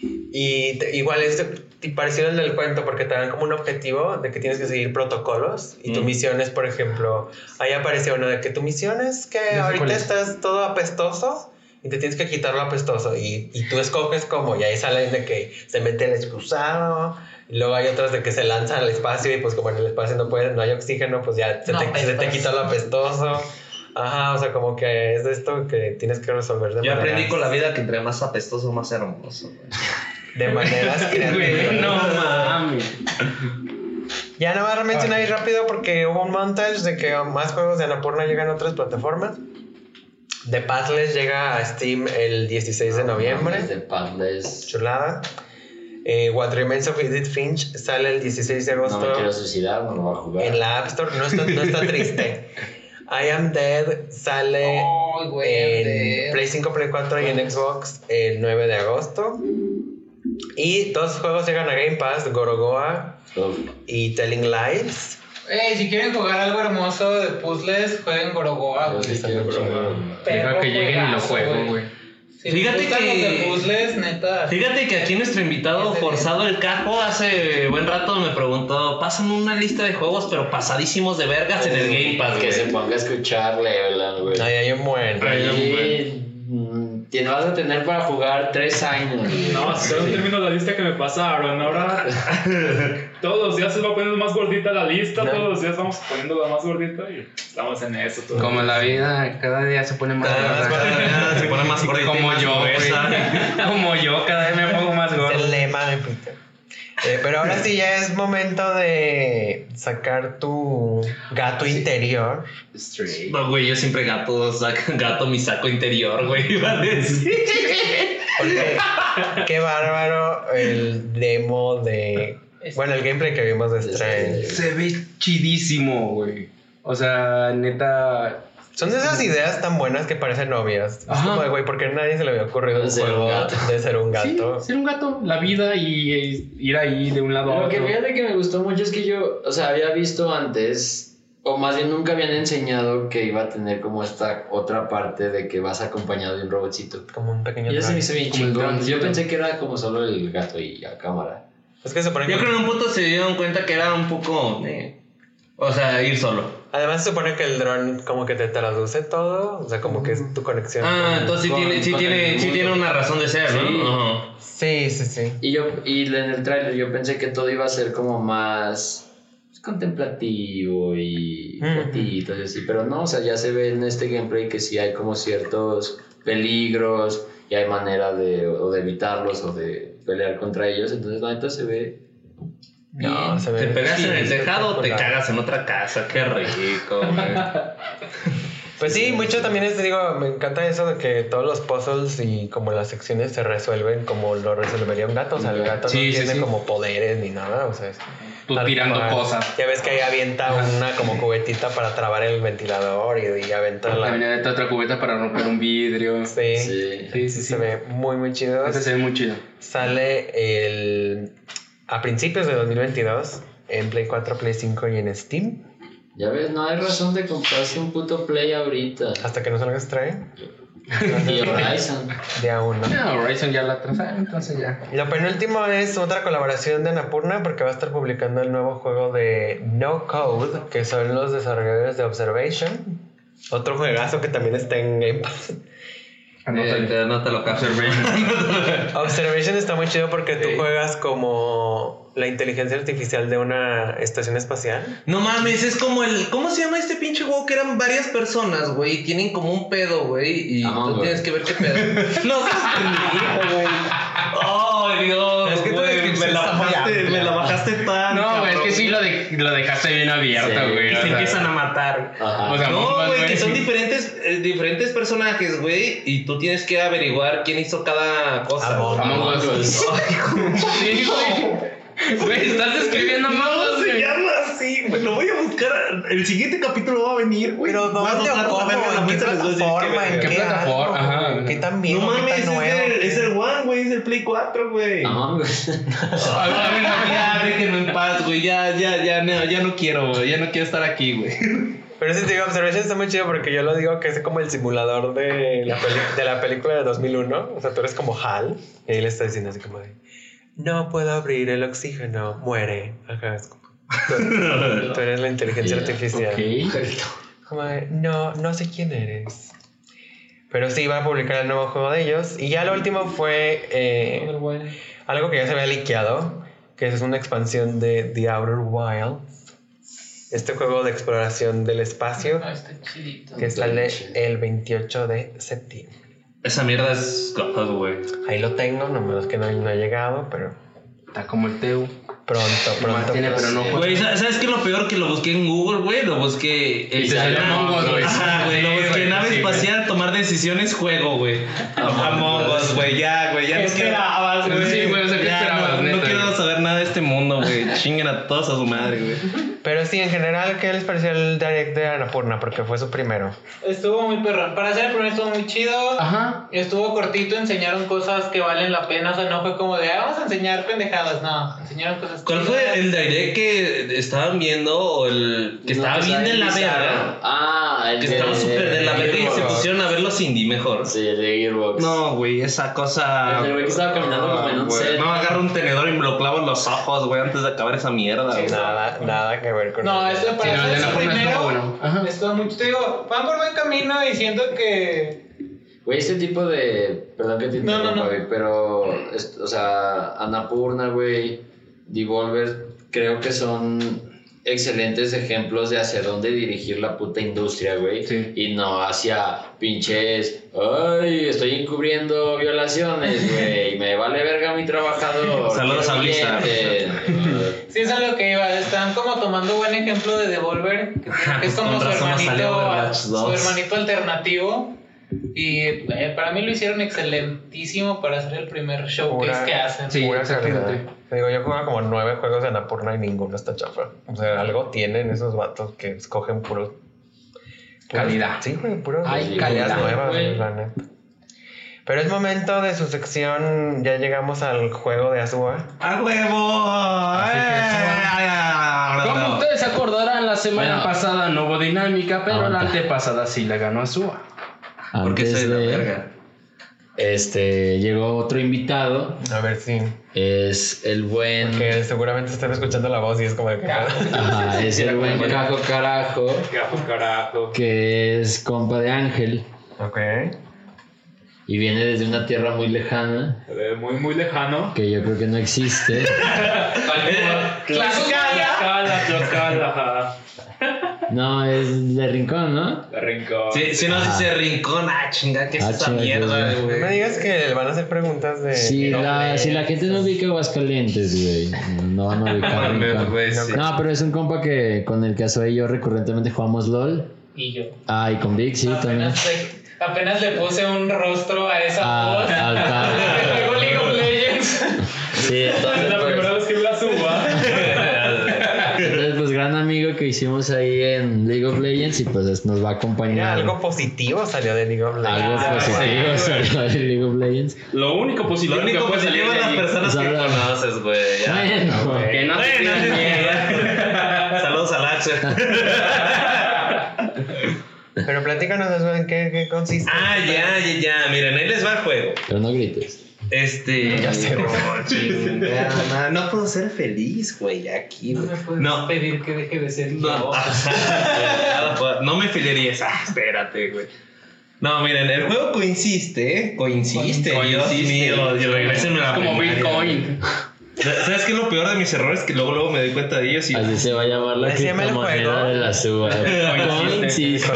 S2: Y te- igual es de- parecido al del cuento porque te dan como un objetivo de que tienes que seguir protocolos. Y tu
S4: Mm.
S2: misión es, por ejemplo, ahí aparece uno de que tu misión es que
S5: sé cuál
S2: ahorita
S5: es.
S2: estás todo apestoso. Y te tienes que quitar lo apestoso. Y, y tú escoges como, y ahí salen de que se mete el excusado, y Luego hay otras de que se lanza al espacio y pues como en el espacio no puede, no hay oxígeno, pues ya se,
S7: No,
S2: te, se te
S7: apestas.
S2: quita lo apestoso. Ajá, o sea, como que es de esto que tienes que resolver de,
S4: Yo
S2: maneras,
S4: aprendí con la vida que entre más apestoso, más hermoso. güey.
S2: de maneras creativas.
S5: Güey, no mames.
S2: Ya nada más
S4: Ah,
S2: mencioné ahí rápido porque hubo un montage de que más juegos de Anapurna llegan a otras plataformas. The Pathless llega a Steam el 16 de noviembre.
S3: De Padles.
S2: Chulada. Eh, What Remains of Edith Finch sale el 16 de
S3: No
S2: agosto.
S3: me quiero suicidar, no lo voy a jugar.
S2: En la App Store no está, no está triste. I Am Dead sale
S3: Oh,
S7: Ay, güey,
S2: Eh, en
S7: de-
S2: Play 5, Play 4 y en Xbox el 9 de agosto. Y dos juegos llegan a Game Pass, Gorogoa
S3: Uf,
S2: y Telling Lies.
S7: Ey, si quieren jugar algo hermoso de puzzles, jueguen Gorogoa,
S3: yo
S7: güey.
S3: sí quiero jugar.
S5: Deja
S7: Perro
S5: que lleguen y lo
S7: juegazo,
S5: juego, güey.
S7: Si
S4: Fíjate
S7: Fíjate que
S4: que-
S7: de puzzles, neta.
S4: Fíjate que aquí nuestro invitado forzado el cajo hace buen rato me preguntó, pásame una lista de juegos pero pasadísimos de vergas en el Game Pass,
S3: Que se
S4: güey.
S3: ponga a escuchar Leveland, güey.
S2: Ahí hay un buen.
S3: Y mm, te vas a tener para jugar tres años. güey.
S9: No, si no termino la lista que me pasaron. Ahora todos los días se va poniendo más gordita la lista,
S2: No.
S9: todos los días vamos poniendo la más gordita y estamos en eso. todo.
S5: Como la vida cada día se
S4: Ah,
S5: pone más gorda.
S4: se pone más gordita y
S5: Como
S4: más
S5: yo,
S4: gruesa.
S5: güey. Como yo, cada vez me pongo más
S2: Es
S5: gordo.
S2: el lema de Peter. Eh, pero ahora sí ya es momento de sacar tu gato interior.
S5: Stray.
S4: No, güey, yo siempre gato, sac- gato mi saco interior, güey, iba a decir.
S2: Porque qué bárbaro el demo de. Bueno, el gameplay que vimos de Strange.
S5: Se ve chidísimo, güey. O sea, neta.
S2: Son de esas ideas tan buenas que parecen obvias. Es
S5: Ajá.
S2: como de, güey, porque a nadie se le había ocurrido un
S3: De ser un
S2: juego
S3: gato.
S2: de ser un
S5: Sí,
S2: gato?
S5: ser un gato, la vida y, eh, ir ahí de un lado a
S3: Lo que
S5: otro.
S3: fíjate que me gustó mucho es que yo, o sea, había visto antes, o más bien nunca habían enseñado que iba a tener como esta otra parte de que vas acompañado de un robotcito.
S2: Como un pequeño
S3: Y eso se me
S2: dragón.
S3: hizo bien
S5: Como el
S3: chingón.
S5: droncito.
S3: Yo pensé que era como solo el gato y la cámara.
S2: Es que se supone
S4: Yo creo que en
S2: que.
S4: un punto se dieron cuenta que era un poco... eh, o sea, ir solo.
S2: Además, se supone que el dron como que te traduce todo. O sea, como que es tu conexión.
S4: Ah,
S2: con-
S4: entonces sí
S3: Con-
S4: tiene, sí
S3: con
S4: tiene,
S3: el
S4: sí
S3: mundo.
S4: tiene una razón de ser, ¿no?
S3: Sí.
S4: Ajá.
S2: Sí, sí, sí.
S3: Y yo, y en el tráiler yo pensé que todo iba a ser como más contemplativo y
S2: Ujú.
S3: gatitos y así, pero no, o sea, ya se ve en este gameplay que sí hay como ciertos peligros y hay manera de, o de evitarlos o de pelear contra ellos, entonces la neta se ve
S2: No, se ve.
S4: Te pegas en el
S2: sí,
S4: tejado o te
S2: espectacular.
S4: cagas en otra casa, qué rico,
S6: Eh,
S4: güey.
S2: Pues sí, mucho también es, digo, me encanta eso de que todos los puzzles y como las secciones se resuelven como lo resolvería un gato. O sea, el gato
S4: Sí,
S2: no
S4: sí,
S2: tiene
S4: sí.
S2: como poderes ni nada, o sea, es
S5: Tú
S2: tal
S5: pues, tirando
S2: cual.
S5: cosas.
S2: Ya ves que ahí avienta una como cubetita para trabar el ventilador y, y avienta
S5: También
S2: la...
S5: hay otra cubeta para romper un vidrio. Sí,
S2: Sí, sí,
S3: Sí.
S5: sí, sí.
S2: se ve muy, muy chido.
S5: Este se ve muy chido.
S2: Sale el... a principios de 2022 en Play 4, Play 5 y en Steam.
S3: Ya ves, no hay razón de comprarse un puto Play ahorita.
S2: Hasta que no salga Stray,
S3: Y Horizon.
S2: día uno.
S5: No, Horizon ya la trazaron, entonces ya.
S2: La penúltima es otra colaboración de Anapurna porque va a estar publicando el nuevo juego de No Code, que son los desarrolladores de Observation. Otro juegazo que también está en Game Pass.
S4: Anótalo, anótalo, Capture
S2: Observation está muy chido porque tú juegas como la inteligencia artificial de una estación espacial.
S6: No mames, es como el. ¿Cómo se llama este pinche juego? Que eran varias personas, güey. y Tienen como un pedo, güey. Y
S3: Among
S6: tú
S3: Us.
S6: tienes que ver qué pedo. no, seas pendejo, güey. Oh, Dios.
S2: Es que tu
S6: güey,
S2: descripción
S6: me la
S2: está muy
S6: bajaste,
S2: amplia.
S6: me la bajaste
S4: Ah,
S6: tan.
S5: No,
S6: cabrón.
S5: es que sí lo, de- lo dejaste bien abierto,
S3: Sí.
S5: güey.
S6: Y
S5: o
S6: se
S5: sea,
S6: empiezan a matar.
S3: Ajá.
S5: O sea,
S6: No,
S5: Among Us,
S6: güey, que
S5: güey.
S6: son diferentes, eh, diferentes personajes, güey. Y tú tienes que averiguar quién hizo cada cosa.
S2: Among
S6: güey.
S5: Among Us, güey. Sí, güey. Güey, estás escribiendo Among Us, güey.
S6: llama así, güey. Lo voy a buscar. El siguiente capítulo va a venir, güey.
S2: Pero no,
S6: Va a
S2: ¿dónde
S6: notar,
S2: o
S6: va a ver
S2: cómo?
S6: la
S2: ¿En qué
S6: mesa, les voy a decir
S2: plataforma?
S6: qué
S2: ¿En
S5: ¿Qué
S2: qué
S5: plataforma?
S2: algo?
S5: Ajá.
S2: ¿Qué tan
S6: No
S2: viejo? ¿Qué
S6: mames,
S2: tan
S6: es,
S2: nuevo?
S6: el, es el One, güey, es el Play 4, güey.
S3: Among Us.
S5: A ver, a ver,
S6: Ya, déjenme en paz, güey. Ya, ya, ya, no, ya no quiero, güey. Ya no quiero estar aquí, güey.
S2: Pero ese te digo, Observation está muy chido porque yo lo digo que es como el simulador de la, peli- de la película de 2001. O sea, tú eres como Hal y él está diciendo así como de, no puedo abrir el oxígeno, muere. Ajá, es como, tú, tú eres la inteligencia artificial. Como de, no, no sé quién eres. Pero sí, va a publicar el nuevo juego de ellos. Y ya lo último fue eh, algo que ya se había liqueado, que es una expansión de The Outer Wilds. Este juego de exploración del espacio
S7: No, está chidito.
S2: que sale el 28 de septiembre.
S4: Esa mierda es God, güey.
S2: Ahí lo tengo, no menos que no, no ha llegado, pero
S5: Está como el Teu.
S2: pronto, pronto.
S5: Mantiene, pero no juega.
S4: Güey, ¿sa- ¿sabes qué es lo peor? Que lo busqué en Google, güey. Lo busqué.
S5: Y te salió Among Us, güey.
S4: Ajá, güey. Lo
S5: Sí,
S4: busqué
S5: güey,
S4: nave
S5: sí, güey.
S4: espacial, tomar decisiones, juego, güey. Among Us, güey. Ya, güey. Ya
S7: ¿Qué
S4: no quiero.
S7: esperabas, güey?
S5: Sí, güey, o sea, ¿qué
S4: Ya,
S5: esperabas,
S4: no, no
S5: neta,
S4: quiero
S5: güey?
S4: saber nada de este mundo, güey. Chinguen a todos a su madre, güey.
S2: Pero sí, en general, ¿qué les pareció el direct de Anapurna? Porque fue su primero.
S7: Estuvo muy perro. Para ser el primero estuvo muy chido.
S5: Ajá.
S7: Estuvo cortito, enseñaron cosas que valen la pena. O sea, no fue como de, ah, vamos a enseñar pendejadas. No, enseñaron cosas.
S4: ¿Cuál
S7: chidas.
S4: fue el direct que estaban viendo o el. que estaba bien de la verga?
S3: Ah, el
S4: Que
S3: de-
S4: estaba súper de la verga y se
S3: Gearbox.
S4: pusieron a ver los indie mejor.
S3: Sí, el de Gearbox.
S4: No, güey, esa cosa. Ah,
S3: El del güey que estaba caminando como en un
S4: güey.
S3: set.
S4: No, agarro un tenedor y me lo clavo en los ojos, güey, antes de acabar esa mierda, güey.
S2: Nada, nada que ver con
S7: No,
S2: el-
S7: esto para
S5: Sí, no,
S7: ser
S5: de la
S7: su
S5: forma
S7: primero.
S5: estuvo bueno. Ajá.
S7: Estuvo mucho. Te digo, van por buen camino y siento que.
S3: Güey, este tipo de. Perdón que te
S7: No, no,
S3: interrumpa,
S7: no.
S3: güey, pero. es- o sea, Anapurna, güey, Devolver, creo que son excelentes ejemplos de hacia dónde dirigir la puta industria, güey.
S5: Sí.
S3: Y no hacia pinches. Ay, estoy encubriendo violaciones, güey. Me vale verga mi trabajador.
S4: Saludos
S3: quiero
S4: a Blizzard.
S3: clientes".
S7: Sí, es a lo que iba. Están como tomando buen ejemplo de Devolver. Que
S4: Ajá, pues,
S7: es como
S4: con
S7: su
S4: razón no salió
S7: hermanito,
S4: Overwatch
S7: su
S4: 2.
S7: hermanito alternativo. Y eh, para mí lo hicieron excelentísimo para hacer el primer showcase
S2: Pura-
S7: que hacen.
S5: Sí,
S2: Pura
S5: exactamente.
S2: calidad. Te digo, yo jugaba como nueve juegos de Anapurna y ninguno está chafa. O sea, algo tienen esos vatos que escogen puros. puros-
S5: Calidad.
S2: Sí, güey, puros.
S5: Ay,
S2: ideas
S5: calidad,
S2: nuevas,
S3: güey.
S2: güey, la neta. Pero es momento de su sección. Ya llegamos al juego de Azúa.
S4: ¡A ¡Eh! huevo!
S5: Como ustedes acordarán, la semana
S3: Bueno.
S5: pasada no hubo dinámica, pero
S8: Aguanta.
S5: la antepasada sí la ganó Azúa.
S4: Porque
S8: Antes
S4: soy la
S8: de-
S4: verga.
S3: Este, llegó otro invitado.
S2: A ver si.
S3: Es el buen.
S2: Que seguramente están escuchando la voz y es como de que. "Ah".
S8: Ajá,
S3: Es
S8: ese
S3: el buen
S8: güey.
S3: Cajo Carajo,
S9: Gajo, carajo.
S8: Que es compa de Ángel.
S2: ok.
S3: y viene desde una tierra muy lejana,
S9: Eh, Muy, muy lejano.
S8: Que yo creo que no existe.
S7: Tlaxcala.
S9: Tlaxcala, Tlaxcala. ajá.
S8: No, es de rincón, ¿no?
S9: La rincón.
S4: Sí, sí nos
S8: Ah.
S4: dice rincón, ah, chinga, ¿qué es
S8: Ah,
S4: esa
S8: chinga,
S4: mierda,
S8: chinga.
S2: No me
S4: güey?
S2: digas que van a hacer preguntas de.
S8: Si
S2: no,
S8: la,
S2: de-
S8: si la gente no ubica Aguascalientes, güey. No van a ubicar
S4: Mames,
S8: rincón.
S4: güey, sí.
S8: No, pero es un compa que con el que Azúa y yo recurrentemente jugamos LOL.
S7: Y yo.
S8: Ah, y con Vic, sí, también.
S7: apenas, le, apenas le puse un rostro a esa
S8: Ah,
S7: voz.
S8: al cabo.
S7: Le pegó League of Legends.
S3: Sí,
S9: Es
S3: entonces,
S9: la
S3: pues,
S7: ¿ah?
S9: primera vez que la suba.
S8: Entonces, pues gran amigo que hicimos ahí en League of Legends y pues es- nos va a
S2: Mira,
S8: acompañar
S2: algo positivo salió de League of Legends.
S8: algo
S9: Ah,
S8: positivo
S9: sí, güey.
S8: salió de League of Legends.
S9: Lo único positivo
S4: Lo único
S9: que puede
S4: que se
S9: salir
S4: llevan
S9: de
S4: las
S9: ahí-
S4: personas que
S8: Saludos.
S4: conoces, güey. ya.
S8: Bueno,
S5: Que no te
S4: Bueno,
S5: pidan mierda.
S4: Saludos al Axel.
S2: Pero platícanos eso, en qué, qué consiste.
S4: Ah, ya, ya, ya. Miren, ahí les va el juego.
S8: pero no grites.
S4: Este.
S2: Ya sé, güey.
S4: No, chingada madre, no puedo ser feliz, güey, aquí,
S7: No
S4: güey.
S7: me puedes
S4: No.
S7: pedir que deje de ser yo.
S4: No, Ah, ajá, no me filerías. Ah, espérate, güey. No, miren, el juego coincide, ¿eh? Coincide. Dios
S5: Coincide.
S4: mío, yo regrésenme la
S5: Como
S4: primaria.
S5: Bitcoin.
S4: ¿Sabes qué es lo peor de mis errores? Que luego, luego me doy cuenta de ellos y.
S8: Así se va a llamar la
S2: Así se llama el
S8: criptomoneda
S2: juego.
S8: de la suba.
S2: Coincide.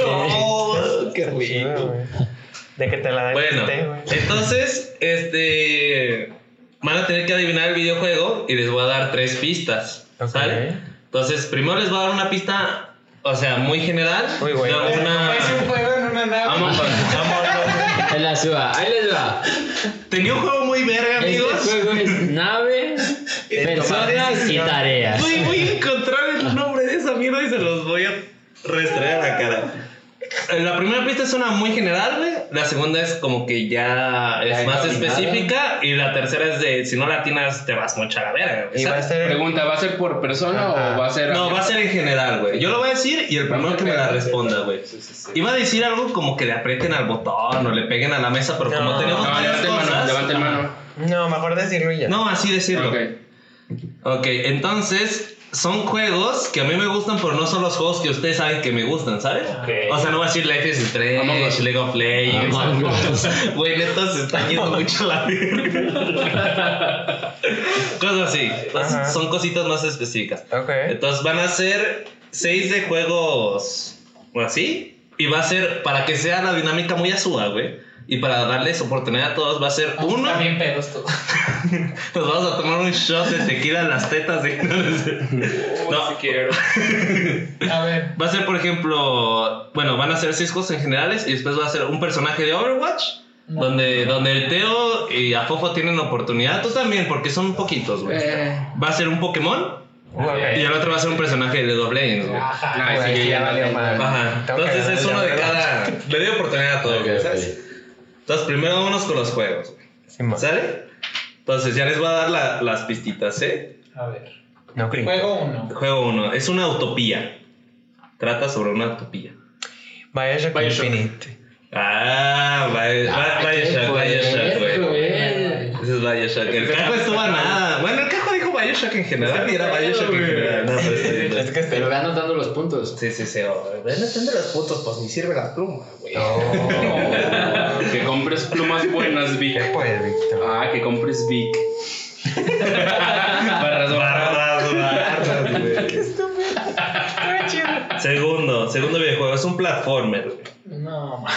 S4: Oh, ¡Qué
S2: Sí,
S4: rico!
S2: güey. De que te la den
S4: Bueno,
S2: este,
S4: eh,
S2: güey.
S4: entonces, este. Van a tener que adivinar el videojuego y les voy a dar tres pistas. ¿Sale? Entonces, primero les voy a dar una pista, o sea, muy general.
S2: Muy buena.
S4: luego Una.
S7: Es un juego en una nave.
S4: Vamos con- vámonos.
S8: En la suba, ahí les va.
S4: Tenía un juego muy verga, amigos.
S8: Este juego es nave, personas y
S2: decisión.
S8: tareas.
S4: Voy, voy a encontrar el nombre de esa mierda y se los voy a restregar a la cara. Eh, La primera pista es una muy general, güey. La segunda es como que ya es
S3: Ya
S4: más
S3: encaminada.
S4: específica. Y la tercera es de si no la atinas, te vas mucha la verga, güey.
S2: Y va a
S4: ¿sabes?
S2: ser
S5: Pregunta, ¿va a ser por persona o va a ser...
S4: No, va a ser en general, güey. Yo lo voy a decir y el primero que me la responda, güey. Iba a decir algo como que le aprieten al botón o le peguen a la mesa, pero como
S2: No.
S4: tenemos
S5: No,
S4: varias
S5: levante el mano,
S4: cosas-
S5: levante el mano.
S2: No, mejor decirlo y ya.
S4: No, así decirlo.
S5: Ok.
S4: Ok, entonces son juegos que a mí me gustan, pero no son los juegos que ustedes saben que me gustan, ¿sabes? O sea, no voy a decir Life is
S5: Among
S4: Strange,
S5: Us.
S4: League of Legends.
S8: Among Us.
S4: Güey, neta se está yendo mucho la verga. Cosas así. Entonces,
S2: Ajá.
S4: son cositas más específicas.
S2: Ok.
S4: Entonces van a ser seis de juegos o así. Y va a ser, para que sea la dinámica muy azúa, güey. Y para darles oportunidad a todos, va a ser
S2: Ah,
S7: Vamos,
S4: uno.
S7: También pedos todos.
S4: Nos Pues vamos a tomar un shot de tequila en las tetas. ¿eh? de- No.
S9: si quiero.
S7: A ver.
S4: Va a ser, por ejemplo, bueno, van a ser seis cosas en generales y después va a ser un personaje de Overwatch.
S7: No.
S4: Donde, donde el Teo y Afofo tienen oportunidad, tú también, porque son poquitos, güey.
S5: Eh,
S4: Va a ser un Pokémon y
S2: Ok.
S4: el otro va a ser un personaje de League of Legends, güey.
S7: Ajá.
S5: no,
S2: Güey,
S5: ese
S2: sí,
S5: que
S2: ya
S5: ya
S2: valió
S5: no
S2: madre.
S5: tengo.
S4: Ajá.
S2: Tengo que
S4: Entonces
S2: ganar
S4: es
S2: el
S4: uno de
S2: Overwatch.
S4: cada. Le doy oportunidad a todo,
S8: Ok,
S4: güey,
S8: ok.
S4: ¿sabes? Entonces primero vámonos con los juegos, güey,
S2: Simón.
S4: ¿sale? Entonces ya les voy a dar la- las pistitas, ¿eh?
S7: A ver.
S2: No cringe.
S7: Juego uno.
S4: Juego 1. Es una utopía. Trata sobre una utopía.
S2: Bioshock
S4: Bioshock.
S2: Infinite.
S4: Ah, vaya,
S8: Ah, qué
S4: Bioshock, Bioshock,
S8: puerco,
S4: güey.
S8: güey.
S4: Ese es Bioshock. El cajo estuvo a nada. Bueno, el cajo dijo Bioshock en general y era Bioshock en general. No, pero sí, pues. no.
S2: Es que este.
S8: Pero ve anotando los puntos.
S4: Sí, sí, sí. oh, bueno,
S6: Depende de los putos, pues ni sirve la pluma, güey.
S5: Que compres plumas buenas, Vic.
S2: Pues, Víctor.
S5: Ah, que compres Vic.
S4: Barras, barras, barras, güey. Segundo, segundo videojuego. Es un platformer. güey.
S7: No, ma.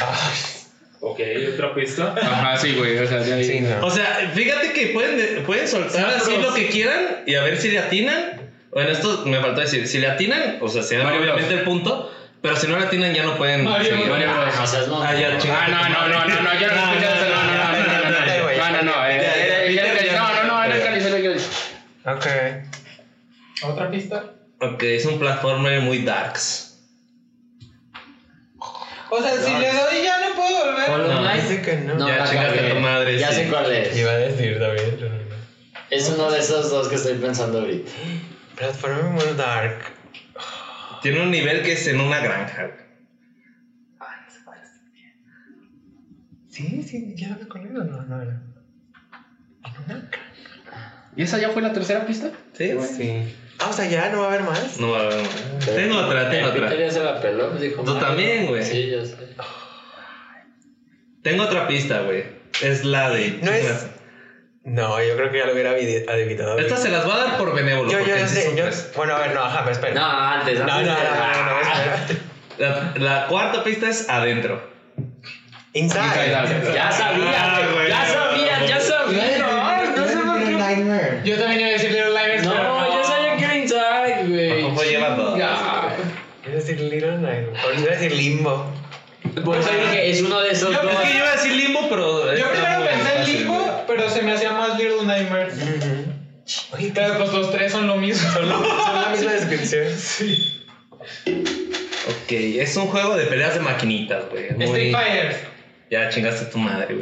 S9: Ok, otra pista.
S5: Ajá, sí, güey. O sea, de ahí.
S2: Sí, no.
S4: O sea, fíjate que pueden, pueden soltar
S9: Sí,
S4: así
S9: pero-
S4: lo que quieran y a ver si le atinan. Bueno, esto me faltó decir. Si le atinan, o sea, se dan
S5: Mario Bros.
S4: obviamente el punto, pero si no le atinan ya no pueden
S7: Mario
S4: seguir.
S5: Mario Bros.
S8: Ah, o sea, es mamón.
S4: Ah, ya, chingada.
S5: Ah, no, no, no, no, no, yo no escuché eso, no, no, no, no, no, no,
S2: Ay, güey.
S5: no, no, no,
S4: Ya,
S5: eh,
S4: ya,
S5: eh,
S4: ya,
S5: era el
S4: ya,
S5: Cali,
S4: ya.
S5: no, no, no, era el Cali, era el Cali.
S2: Ok.
S7: ¿Otra pista?
S4: Ok, es un platformer muy darks.
S7: O sea, si le doy ya no puedo volver.
S8: Hollow Knight.
S2: Dice que no.
S8: No,
S4: Ya
S8: la
S4: chingaste
S8: cagué.
S4: a tu madre,
S8: Ya
S4: sí.
S8: sé cuál es.
S2: Iba a decir David.
S8: Es uno de esos dos que estoy pensando ahorita.
S2: Platform muy dark.
S4: Tiene un nivel que es en una granja.
S2: Sí, sí, ya lo conmigo. No, no era.
S5: ¿Y esa ya fue la tercera pista?
S4: Sí, güey.
S2: Sí. Ah, o sea, ya no va a haber más.
S4: No, no, no. Tengo otra, tengo
S8: El
S4: otra.
S8: Peter ya se la peló, pues, dijo.
S4: Tú
S8: "Mario".
S4: también, güey.
S8: Sí, yo sé.
S4: Tengo otra pista, güey. Es la de.
S2: No es- No, yo creo que ya lo hubiera adivi- adivinado.
S4: Estas se las va a dar por benévolo.
S2: Yo, yo
S4: porque
S2: ya
S4: sí
S2: sé.
S4: son
S2: Yo...
S4: tres.
S2: Bueno, a ver, no, ajá, espera.
S8: No, antes,
S2: no, no,
S8: antes
S2: no,
S8: de-
S2: no, no, espera.
S4: La, la cuarta pista es adentro.
S2: Inside.
S8: Ya sabía,
S4: Ah,
S8: güey. Ya
S4: güey.
S8: sabía, ya sabía. No, no sé por qué.
S7: Yo también iba a decir Little Liars, pero
S8: No, yo sabía que era Inside,
S4: Ojo,
S8: güey.
S4: lleva dos.
S8: Ya.
S2: Iba a decir Little Nightmare. O iba a decir Limbo.
S8: Por eso dije, es uno de esos
S7: Yo
S8: dos.
S4: Es que yo iba a decir limbo, pero.
S7: Yo
S4: está
S7: primero
S4: muy
S7: pensé en
S4: fácil, güey.
S7: Limbo, pero se me hacía más Little Nightmares. Pero pues los tres son lo mismo.
S2: Son la misma descripción.
S4: Ok, es un juego de peleas de maquinitas, güey. Muy-
S7: Street Fighter.
S4: Ya chingaste a tu madre, güey.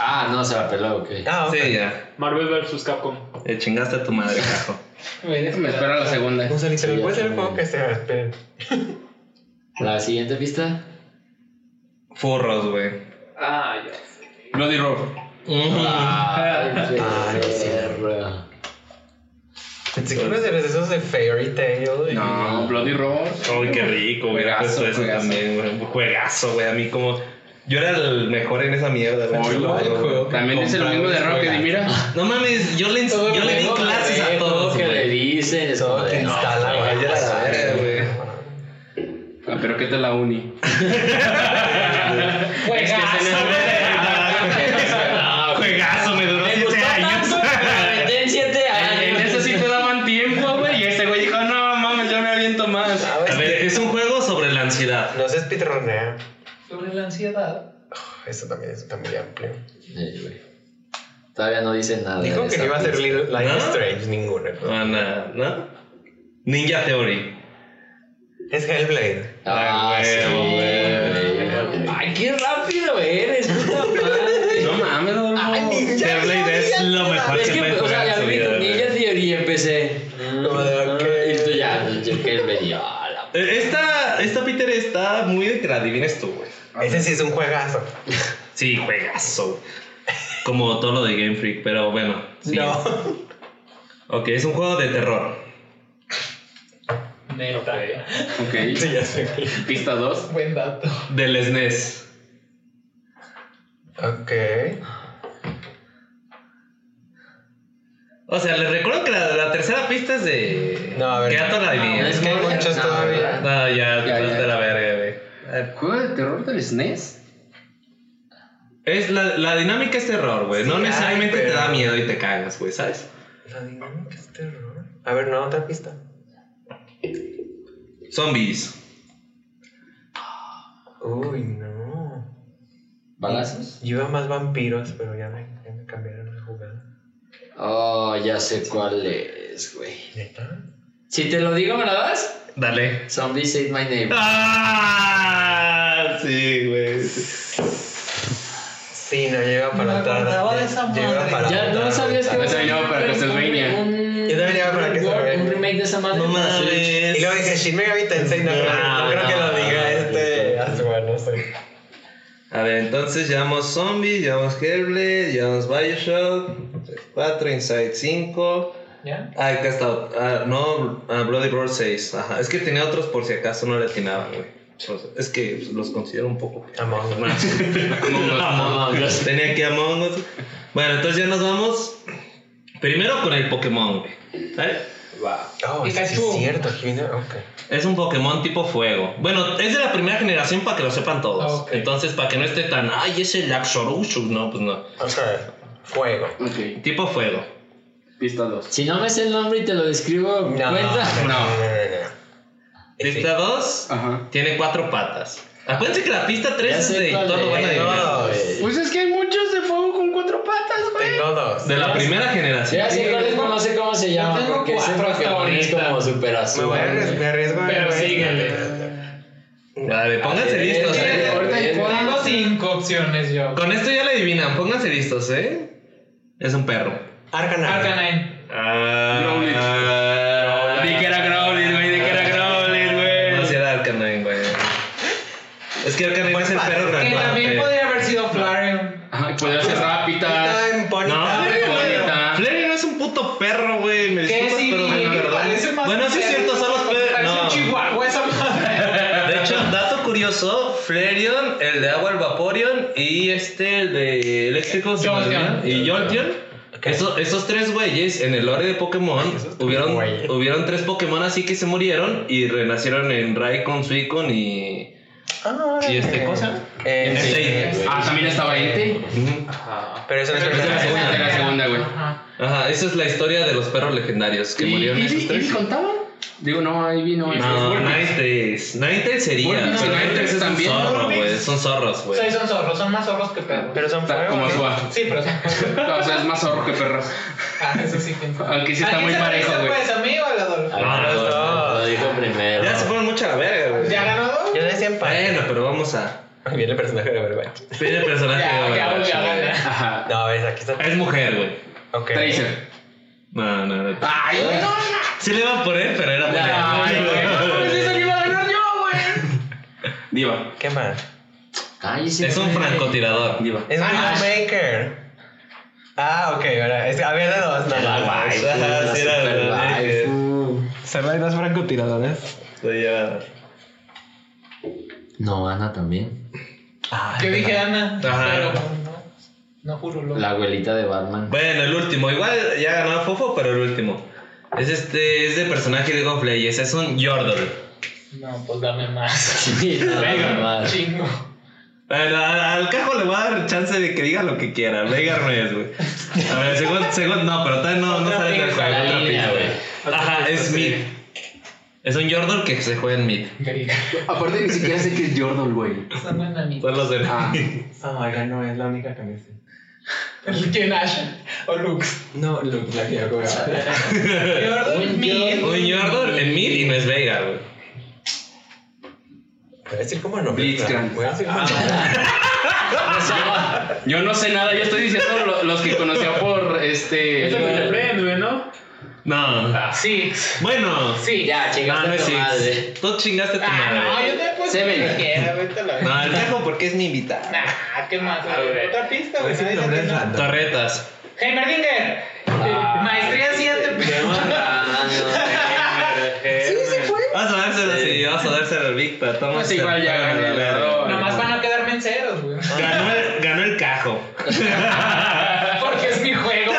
S3: Ah, no, se la peló, ok.
S2: Ah, ok.
S4: Sí, ya.
S9: Marvel vs. Capcom.
S4: Le chingaste a tu madre, cajo.
S7: Güey,
S5: Me espera la segunda.
S2: No sé, ni se me
S3: Sí,
S2: puede
S3: ya
S2: ser el
S3: sé.
S2: juego que sea. Esperen.
S3: La siguiente pista.
S4: Furros, güey.
S9: Ah, ya.
S5: Bloody Roar.
S3: Ay,
S2: Ay,
S3: perra.
S2: Pensé que uno de esos de Fairy Tail. y-
S5: No, Bloody Roar.
S4: Uy, qué rico, güey.
S5: Juegazo,
S4: Justo eso
S5: juegazo.
S4: también, güey. Un Juegazo, güey. A mí como... Yo era el mejor en esa mierda, güey.
S5: Oilo,
S4: Yo, güey,
S5: oilo. También dice lo mismo de
S4: compraba
S5: Rocket.
S4: esos
S5: Y mira,
S4: juegazos. No mames, yo le,
S2: Todo
S4: yo le di
S2: juego,
S4: clases
S2: güey,
S4: a todos,
S2: todo
S3: ¿Qué le
S4: güey.
S3: dicen? Es como
S2: Todo que
S3: de, no,
S2: instala, güey.
S4: ya la sabes, güey.
S5: Ah, pero ¿qué tal la uni?
S7: Juegazo,
S4: Ah, Juegazo, me duró 7 años.
S3: En siete
S5: En
S3: años.
S5: eso sí te daban tiempo, güey. Y este güey dijo, no mames, yo me aviento más.
S2: Ah,
S4: A
S2: ¿ves?
S4: ver, es un juego sobre la ansiedad.
S2: No se speedronea.
S7: Sobre la ansiedad.
S2: Eso también está muy amplio.
S3: Sí, güey. Todavía no dicen nada.
S2: Dijo
S3: de
S2: que
S3: esa
S2: no iba a ser
S3: pista.
S2: Little Life
S4: ¿No?
S2: is Strange ninguna. ¿no?
S4: No, no, ¿no? Ninja Theory.
S2: Es Hellblade.
S3: Ah,
S4: Ay,
S3: sí,
S4: güey,
S3: güey. Ay, qué rápido eres, puta madre.
S4: No mames, no. Hellblade es lo mejor
S3: Es
S4: que
S3: que,
S4: puede
S3: o sea,
S4: jugar.
S3: ya
S4: en
S3: vi
S4: su
S3: tu
S4: vida, güey.
S3: ninja teoría y empecé. Ah,
S2: Como de, ok.
S3: Y tú ya, yo que me dio a la
S4: Eh, Esta, esta Peter está muy de que la adivines tú, güey.
S2: Ese sí es un juegazo.
S4: Sí, juegazo. Como todo lo de Game Freak, pero bueno. sí.
S2: No.
S4: Ok, es un juego de terror.
S7: Neta.
S5: Ok.
S2: Sí, ya sé.
S5: Pista 2.
S7: Buen dato.
S4: Del E SNES.
S2: Ok.
S4: O sea, les recuerdo que la, la tercera pista es de.
S2: No, a ver.
S4: Que ya te la adiviné.
S2: Es que hay muchos
S3: No,
S2: todavía.
S3: ¿verdad?
S4: No, ya,
S5: Ya,
S4: ya,
S5: ya.
S4: de la verga, güey.
S5: ¿Juego de terror del E SNES?
S4: Es la, la dinámica es terror, güey.
S2: Sí,
S4: no
S2: ay,
S4: necesariamente
S2: pero-
S4: te da miedo y te cagas, güey, ¿sabes?
S2: La dinámica es terror. A ver, no, otra pista.
S4: Zombies.
S2: Uy, no.
S3: ¿Balazos?
S2: Yo iba más vampiros, pero ya me, ya me cambiaron la jugada.
S3: Oh, ya sé cuál es, güey.
S2: ¿Neta?
S3: Si te lo digo, ¿me la das?
S4: Dale.
S3: Zombies Save My Neighbor.
S4: ¡Ah! Sí, güey.
S2: Sí, no, llega para
S7: Me
S2: atrás.
S7: acordaba de esa
S2: Yo iba
S7: madre.
S2: para
S3: Ya no
S2: atrás.
S3: sabías que
S5: Yo
S3: iba a salir
S5: también iba para
S3: un-
S5: Castlevania.
S3: un-
S2: Yo también iba para
S3: un-
S2: Castlevania.
S3: Un remake de esa madre.
S4: No
S3: para Switch.
S4: mames.
S2: Y luego dije, Shin Megami Tensei, no,
S4: No,
S2: creo- no creo que
S4: no,
S2: lo diga
S4: no,
S2: este
S4: no.
S2: Azuma, no sé.
S4: A ver, entonces llevamos Zombie, llevamos Hellblade, llevamos Bioshock, 4, Inside 5.
S7: ¿Ya?
S4: Ah, acá está. ot- Ah, no, ah, Bloody Roar 6. Ajá. Es que tenía otros por si acaso no le atinaban, güey. O sea, Es que pues, los considero un poco.
S2: Among Us.
S4: Among Us. Tenía que Among Us. Bueno, entonces ya nos vamos. Primero con el Pokémon, güey. ¿Sale?
S2: Oh, sí, sí,
S7: Pikachu.
S2: es cierto, aquí viene. Ok.
S4: Es un Pokémon tipo fuego. Bueno, es de la primera generación para que lo sepan
S3: Ah,
S4: todos.
S7: Ok.
S4: Entonces, para que no esté tan, ay, es el Axorushu. No, pues no.
S2: O sea, fuego.
S5: Ok.
S4: Tipo fuego.
S5: Pista 2.
S3: Si no me sé el nombre y te lo describo, cuenta.
S2: no, no.
S4: Pista 2
S5: Ajá.
S4: tiene cuatro patas. Acuérdense que la pista
S3: Ya
S4: 3 es
S3: sé
S4: de
S3: cuál
S4: todo lo van a
S3: es,
S4: adivinar.
S3: güey.
S5: Pues es que hay muchos de fuego con cuatro patas, güey.
S2: Tengo dos.
S4: De la primera generación.
S3: Ya sé cuál es, pero no sé cómo se llama.
S7: tengo
S3: Porque ese
S7: cuatro hasta
S3: Pokémon es
S7: ahorita.
S3: como super azul.
S2: Me voy a
S3: güey.
S2: arriesgar. me arriesgo a-
S7: Pero
S2: me-
S7: síguele.
S4: A ver, pónganse
S3: Ay,
S4: listos.
S3: ay,
S4: ¿eh?
S3: ay, ay, ay.
S7: Tengo cinco opciones yo.
S4: Con esto ya la adivinan. Pónganse listos, ¿eh? Es un perro.
S7: Ah,
S2: Arcana.
S7: Arcanine.
S5: Growlithe.
S4: Ah,
S5: Di que era Growlithe, güey, di que era Growlithe, güey.
S4: No, si era Arcanine, güey. Es que Arcanine es el perro
S7: Que también
S4: rampante.
S7: podría haber sido Flareon.
S5: Ajá, podría ser Rápitas.
S2: Está en Ponyta.
S4: No,
S5: Ay, bonita.
S4: Flery no es un puto perro, güey. Me
S7: Que
S4: disculpas,
S7: sí,
S4: pero de
S7: que
S4: verdad.
S7: parece más
S4: Bueno, sí es
S7: perro,
S4: cierto, son los perros.
S7: Parece un
S4: No.
S7: chihuahua esa madre.
S4: De hecho, dato curioso, Flareon, el de agua, el Vaporeon y este, el de eléctrico, se me
S7: Jolteon.
S4: olvida, y Jolteon. Eso- esos tres güeyes en el lore de Pokémon hubieron,
S2: güeyes.
S4: hubieron tres Pokémon así que se murieron y renacieron en Raikon, Suicon y.
S2: Ah,
S4: ¿Y este cosa?
S2: Eh,
S4: Sí,
S2: sí.
S4: güey.
S5: Ah, también estaba Ente.
S4: Ujú.
S2: Pero eso no es
S5: Esa es la
S2: primera.
S5: segunda, era la segunda, güey.
S7: Ajá.
S4: Ajá, esa es la historia de los perros legendarios que murieron esos
S5: ¿Y
S4: tres.
S5: contaban? Digo, no, ahí vino.
S4: No, Ninetales. Ninetales sería.
S5: Vulpix y
S4: pero
S5: Ninetales
S4: Ninetales es un
S5: también.
S4: zorro,
S5: Vulpix.
S4: güey. Son zorros,
S7: O
S4: güey.
S7: sea, son zorros, son más zorros que perros.
S2: Pero son fuego. ¿eh?
S5: Como
S2: ¿no?
S5: Suá.
S7: Sí, pero son
S5: O sea, es más zorro que perro.
S7: Ah, eso sí que
S5: Aunque sí está muy parejo, güey.
S7: ¿A quién se parece, pues, a mí o al Adolfo?
S3: Ay,
S4: Ah, No,
S2: los dos.
S3: lo dijo primero.
S4: Ya se fueron mucho a la verga, güey.
S7: ¿Ya ganó dos?
S2: Yo decía empate.
S4: Bueno, pero vamos a.
S2: Viene el personaje de Overwatch.
S4: Viene el personaje de
S7: Ya, ya,
S4: Overwatch.
S7: ya,
S4: güey.
S7: gana.
S5: Ajá.
S2: No, ves, aquí está.
S4: Es mujer, güey.
S2: Ok.
S5: Tracer.
S4: No, no, no.
S5: Ay, güey, no.
S4: Sí le iba a poner, pero era mujer.
S5: Ah. Ay, güey. No, pues mames, esa le iba a ganar yo, güey.
S4: Diva.
S2: ¿Qué más?
S3: Cállese,
S4: Es un
S3: güey.
S4: francotirador. Diva.
S2: Es Widowmaker. Ah, ok, ahora. es- había de dos, no
S3: La
S2: más.
S3: waifu,
S2: Ajá,
S3: la
S2: sí, era de
S3: super
S2: dos.
S3: waifu.
S2: Solo hay dos francotiradores.
S4: Estoy ya.
S3: No, Ana también.
S7: Yo dije Ana,
S4: Ah, Ajá.
S7: pero no, no juro. Lo...
S3: La abuelita de Batman.
S4: Bueno, el último. Igual ya ganó Fofo, pero el último. Es este, es de personaje de Gonfley. Ese es un Yordle.
S7: No, pues dame más.
S3: Sí, no,
S4: Venga.
S3: no, no.
S7: Chingo.
S4: Al, al, al cajo le voy a dar chance de que diga lo que quiera. Vega Ruiz, güey. A ver, según, según, no, pero todavía no, no
S7: Otra
S4: sabes del
S7: pista,
S4: juego.
S3: la
S4: Otra
S3: línea,
S4: pista,
S3: güey.
S4: güey. Ajá, es mid. Es un Yordle que se juega en mid.
S7: Verga.
S5: Aparte, ni siquiera sé que es Jordan, güey.
S7: Esa no es la mía.
S4: Son los de
S5: Ah.
S10: Oh my god, no, es la única que me sé.
S7: ¿Quién Asha? ¿O Lux?
S10: No, lo- la que yo jugaba.
S7: Jordan es mid.
S4: Un Yordle en mid y no es Vega, güey.
S2: Voy a decir como no.
S5: Blitzcrank.
S2: Voy a decir como
S5: Yo no sé nada, yo estoy diciendo lo- los que conocía por este.
S11: Es el de Friend, güey, ¿no?
S4: No.
S7: Six.
S4: Bueno.
S7: Ah, Sí.
S3: Ya,
S4: No,
S3: chingaste
S4: Ah, no
S3: a
S4: es
S3: tu madre.
S4: Six. Tú chingaste tu
S7: Ah, no,
S4: madre.
S7: yo te puse.
S3: Seven.
S7: cualquiera, vete a la verga.
S4: No, el cajo porque es mi invitado.
S7: Nah, ¿qué más? A ver, Otra pista,
S10: Voy a
S7: güey.
S10: decir
S7: nadie
S10: nombre
S7: sabe nada.
S10: random.
S4: Ah, Torretas.
S7: Heimerdinger. Maestría 7.
S11: Sí, sí, fue.
S4: Vamos a dárselo,
S3: Sí.
S4: sí, vamos a dárselo al Vic, pero toma
S5: Pues
S4: ese-
S5: igual ya
S4: tómalo,
S5: gané,
S4: la verga.
S5: ¿no?
S7: Nomás para no quedarme en ceros, güey.
S4: Ganó el, ganó el cajo.
S7: Porque es mi juego.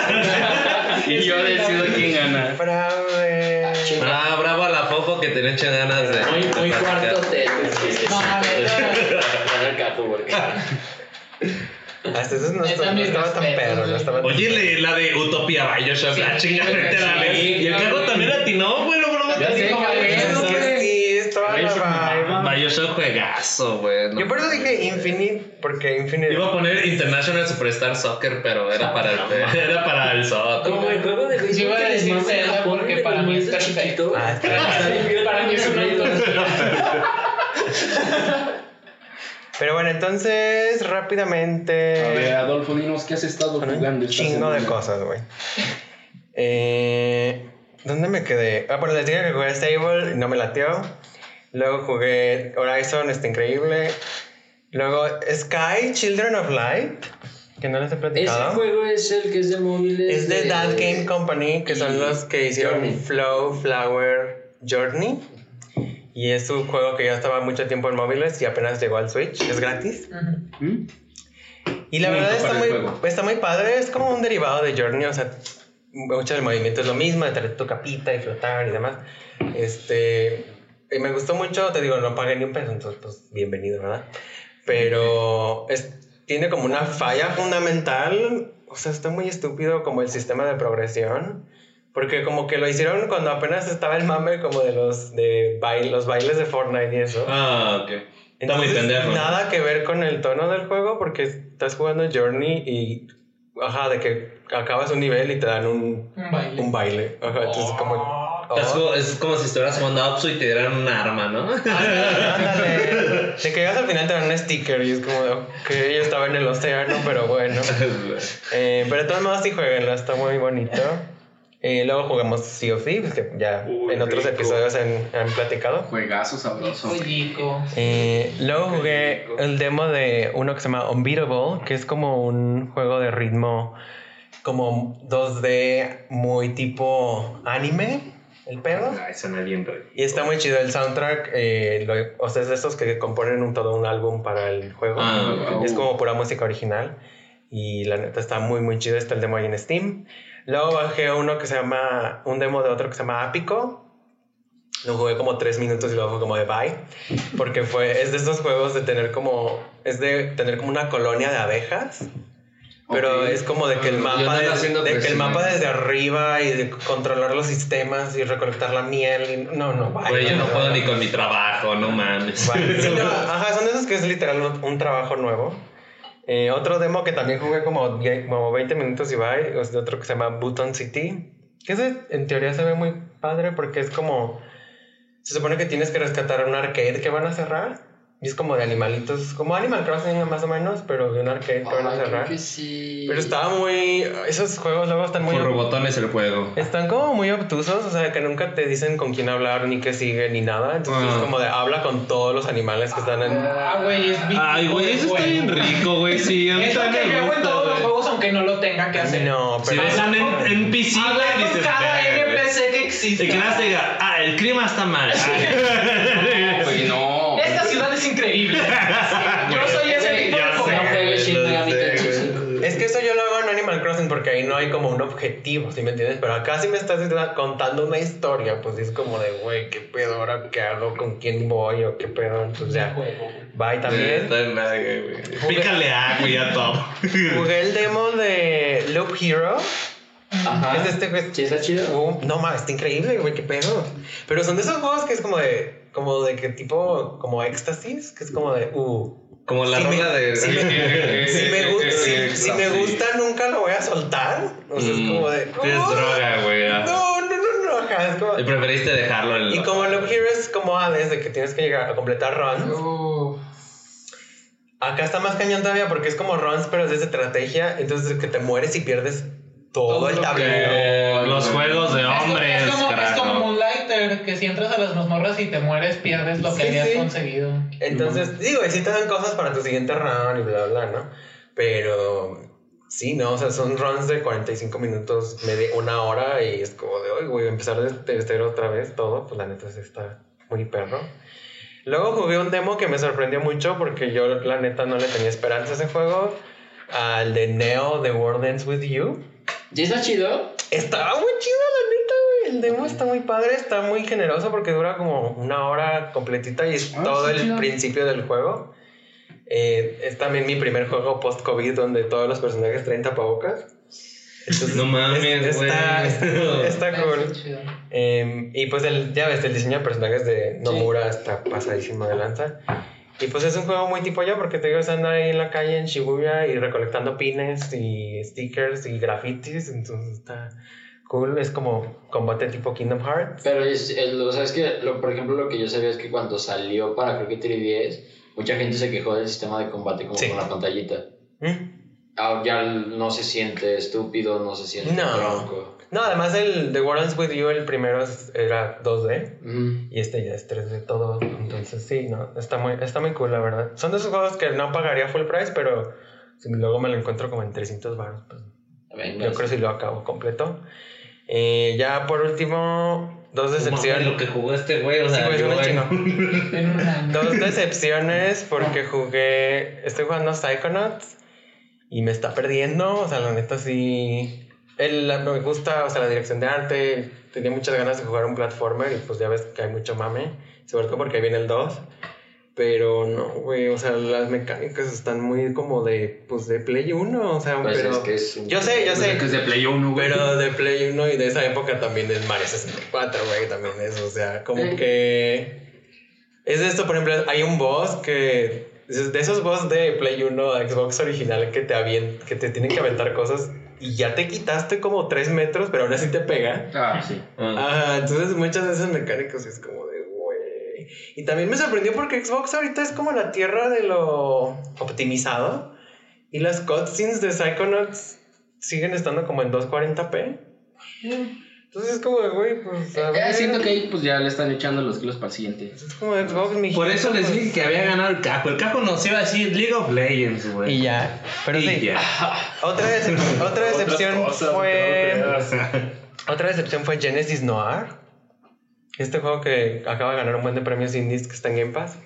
S5: Y yo decido quién gana.
S2: Bravo, eh.
S4: Ah, bravo a la Fofo que tenía muchas ganas de.
S3: Muy, muy
S4: de
S3: cuarto
S4: platicar.
S3: te.
S7: No, a ver,
S3: el capo, porque.
S2: Hasta eso no,
S7: Es
S2: estaba-
S7: a
S2: no
S7: mi
S2: estaba tan
S7: respeto,
S2: perro, no
S7: güey.
S2: estaba tan
S4: Oye, le- la de Utopía Bioshock,
S7: Sí.
S4: la chingada vete a la vez.
S7: Sí,
S4: Y el
S7: claro,
S4: cajo
S7: güey.
S4: también atinó, güey, lo broma.
S7: Ya sé,
S4: dijo,
S7: cabrón.
S4: güey.
S2: Es que sí, es toda la vibe.
S4: Bioshock juegazo, güey. no
S2: Yo por eso
S4: mames.
S2: dije Infinite, porque Infinite.
S4: Iba a poner International Superstar Soccer, pero era para el, era para el soccer.
S7: Como el
S12: juego de
S7: Yo iba a decir Zelda porque para mí es perfecto.
S2: Ah, espera.
S7: Para mí es una autoría.
S2: Pero bueno, entonces rápidamente.
S5: A ver, Adolfo, dinos qué has estado
S2: Con un
S5: jugando. esta
S2: chingo de
S5: semana?
S2: cosas, güey. Eh, ¿Dónde me quedé? Ah, bueno, les dije que jugué Stable y no me lateó. Luego jugué Horizon, está increíble. Luego Sky, Children of Light, que no les he
S3: Ese
S2: platicado.
S3: juego es el que es de móviles.
S2: Es de That Game Company, que son
S3: y
S2: los que hicieron
S3: Journey.
S2: Flow, Flower, Journey. Y es un juego que ya estaba mucho tiempo en móviles y apenas llegó al Switch. Es gratis.
S5: ¿Mm?
S2: Y la
S5: Muy
S2: verdad está
S5: para
S2: muy,
S5: el juego.
S2: está muy padre, es como un derivado de Journey, o sea, mucho del movimiento es lo mismo, de traer tu capita y flotar y demás. Este, y me gustó mucho, te digo, no pagué ni un peso, entonces pues bienvenido, ¿verdad? Pero es- tiene como una falla fundamental, o sea, está muy estúpido como el sistema de progresión. Porque como que lo hicieron cuando apenas estaba el mame como de los de bail- los bailes de Fortnite y eso.
S4: Ah, ok. Está muy
S2: Entonces,
S4: pendejo.
S2: Nada que ver con el tono del juego porque estás jugando Journey y. Ajá, de que acabas un nivel y te dan un,
S7: Un baile.
S2: un baile. Ajá, entonces como. oh,
S4: Es, como, es como si estuvieras jugando a Apsu y te dieran un arma, ¿no?
S7: Ah,
S2: ándale. De que llegas al final te dan un sticker y es como, de, ok, yo estaba en el océano, pero bueno. Eh, pero de todos modos, sí, jueguenlo, está muy bonito. Eh, luego jugamos Sea of Thieves, pues, que ya en otros episodios han- han platicado.
S5: Juegazo sabroso.
S7: Pollico.
S2: Eh, luego jugué el demo de uno que se llama Unbeatable, que es como un juego de ritmo como 2D muy tipo anime, el perro.
S4: suena bien rey.
S2: Y está muy chido el soundtrack, eh, lo- o sea, es de esos que componen un, todo un álbum para el juego.
S4: Ah,
S5: wow.
S2: Es como pura música original. Y la neta está muy, muy chido. Está el demo ahí en Steam. Luego bajé uno que se llama, un demo de otro que se llama Apico. Lo jugué como tres minutos y luego fue como de bye. Porque fue, es de estos juegos de tener como, es de tener como una colonia de abejas. Pero
S5: Ok.
S2: es como de que el
S5: Yo
S2: mapa,
S5: andaba
S2: de-
S5: haciendo
S2: de que el
S5: presión.
S2: mapa desde arriba y de controlar los sistemas y recolectar la miel. y- no, no, bye.
S4: Güey, yo no puedo ni con mi trabajo, no mames.
S2: Vale. Sí, no, ajá, son de esos que es literal un, un trabajo nuevo. Eh, otro demo que también jugué como, die- como 20 minutos y va, es de otro que se llama Button City. Que ese en teoría se ve muy padre porque es como se supone que tienes que rescatar un arcade que van a cerrar. Y es como de animalitos, como Animal Crossing más o menos, pero de un arcade que van a
S3: Ah, creo
S2: cerrar.
S3: que sí.
S2: Pero estaba muy... Esos juegos luego están muy...
S4: Por robotones el juego.
S2: Están como muy obtusos, o sea, que nunca te dicen con quién hablar, ni qué sigue, ni nada. Entonces
S4: Ah.
S2: es como de habla con todos los animales que están en...
S7: Ah, güey, es mi
S4: Ay,
S7: tipo
S4: güey,
S7: de
S4: eso está
S7: juego.
S4: bien rico, güey. Sí, a mí
S7: Es lo
S4: también
S7: que
S4: me
S7: yo hago en
S4: gusta,
S7: todos los
S4: güey.
S7: juegos, aunque no lo tenga que hacer.
S2: No,
S4: Si
S2: pero...
S4: ves un N- NPC,
S7: Hablar
S4: güey,
S7: con
S4: dices,
S7: cada
S4: "Verga, güey".
S7: NPC que
S4: Te
S7: existe.
S4: quedas de, ah, el clima está mal. Ah.
S5: Güey, no.
S7: Esta ciudad es increíble. Yo soy ese tipo de
S3: No
S7: juego.
S3: juegues Shin Megami Tensei.
S2: Es que eso yo lo hago en Animal Crossing porque ahí no hay como un objetivo, ¿sí me entiendes? Pero acá sí me estás contando una historia, pues es como de, güey, ¿qué pedo ahora qué hago? ¿Con quién voy? ¿O qué pedo? Entonces ya, bye también.
S4: Está en verga, güey. Pícale a, güey, a todo.
S2: Jugué el demo de Loop Hero.
S3: Ajá.
S2: Es este, güey.
S3: Sí, está chido.
S2: Oh, no mames, está increíble, güey, qué pedo. Pero son de esos juegos que es como de, como de que tipo, como éxtasis, que es como de, uh.
S4: Como la
S2: Sí me-
S4: rola de.
S2: sí me- Si me, gu- si- si me gusta, nunca lo voy a soltar. O sea, es como de.
S4: Es
S2: "Oh,
S4: Mm, droga, güey. ajá.
S2: No, no, no, no. ajá, es como-
S4: Y preferiste dejarlo en.
S2: y como Love Hero es como Hades, de que tienes que llegar a completar runs. Acá está más cañón todavía porque es como runs, pero es de estrategia. Entonces que te mueres y pierdes todo,
S7: Todo
S2: el
S7: lo que-
S2: tablero.
S4: Eh, los juegos de
S7: Es como-
S4: hombres,
S7: es como, es
S4: carajo.
S7: como Moonlighter, que si entras a las mazmorras y te mueres, pierdes lo que
S2: Sí,
S7: habías
S2: sí.
S7: conseguido.
S2: Entonces, digo, y sí te dan cosas para tu siguiente round y bla, bla, ¿no? Pero sí, ¿no? O sea, son runs de 45 minutos, media, una hora y es como de, oye, güey, empezar desde cero otra vez todo, pues la neta sí está muy perro. Luego jugué un demo que me sorprendió mucho porque yo la neta no le tenía esperanza a ese juego, al de Neo, The World Ends With You.
S3: ¿Sí está chido?
S2: Estaba muy chido, la neta, güey. El demo está muy padre, está muy generoso porque dura como una hora completita y es
S5: Ah,
S2: todo
S5: sí,
S2: el
S5: chido.
S2: principio del juego. Eh, es también mi primer juego post-COVID donde todos los personajes traen tapabocas. Entonces,
S4: No mames,
S2: es- está,
S4: güey.
S2: está, está
S7: Eso
S2: cool.
S7: es chido.
S2: Eh, y pues el, ya ves, el diseño de personajes de Nomura está pasadísimo de lanza. Y pues es un juego muy tipo yo porque te digo, es andar ahí en la calle en Shibuya y recolectando pines y stickers y grafitis. Entonces está cool. Es como combate tipo Kingdom Hearts.
S3: Pero es, el- o sea, es que, lo, por ejemplo, lo que yo sabía es que cuando salió para creo que 3DS, mucha gente se quejó del sistema de combate como
S2: Sí.
S3: con la pantallita.
S2: ¿Mm?
S3: Ah, ya no se siente estúpido, no se siente
S2: No.
S3: tronco.
S2: No, además el The War Ends With You, el primero es- era 2D
S3: Mm.
S2: y este ya es 3D todo. Entonces sí, no, está muy, está muy cool la verdad. Son de esos juegos que no pagaría full price, pero si luego me lo encuentro como en 300 baros, pues
S3: Venga.
S2: Yo creo que sí lo acabo completo. Eh, ya por último, dos
S4: Mames, lo
S2: decepciones.
S4: que jugó este güey, o
S2: Sí,
S4: sea,
S2: güey,
S4: yo,
S2: suena
S4: güey,
S2: chingón.
S7: En un año.
S2: Dos decepciones porque jugué. Estoy jugando Psychonauts y me está perdiendo. O sea, la neta sí. El, la- me gusta, o sea, la dirección de arte. Tenía muchas ganas de jugar un platformer y pues ya ves que hay mucho mame. Sobre todo porque ahí viene el 2. Pero no, güey, o sea, las mecánicas están muy como de, pues, de Play 1, o sea,
S3: Pues
S2: pero...
S3: es que es un-
S2: Yo sé, yo
S5: Pues
S2: sé.
S5: es que es de Play 1, güey.
S2: Pero de Play 1 y de esa época también es Mario 64, güey, también es, o sea, como
S3: Sí.
S2: que... Es de esto, por ejemplo, hay un boss que... es De esos boss de Play 1 a Xbox original que te, avien- que te tienen que aventar cosas y ya te quitaste como 3 metros, pero aún así te pega.
S5: Ah, sí.
S2: Ajá, entonces muchas de esas mecánicas es como de, güey. Y también me sorprendió porque Xbox ahorita es como la tierra de lo optimizado. Y las cutscenes de Psychonauts siguen estando como en 240p. Entonces es como de, güey, pues a
S5: Mm. Ya
S2: ver.
S5: siento que ahí pues ya le están echando los kilos para el siguiente.
S2: Es como Xbox, mi pues.
S4: Por eso les dije
S2: dije
S4: que había ganado el Caco. El Caco nos iba a decir League of Legends, güey.
S2: Y ya. Pero
S4: Y
S2: sí.
S4: ya.
S2: Otra, decep- otra
S9: Otras
S2: decepción
S9: cosas,
S2: fue.
S9: no creas.
S2: Otra decepción fue Genesis Noir. Este juego que acaba de ganar un buen de premios indies que está en Game Pass.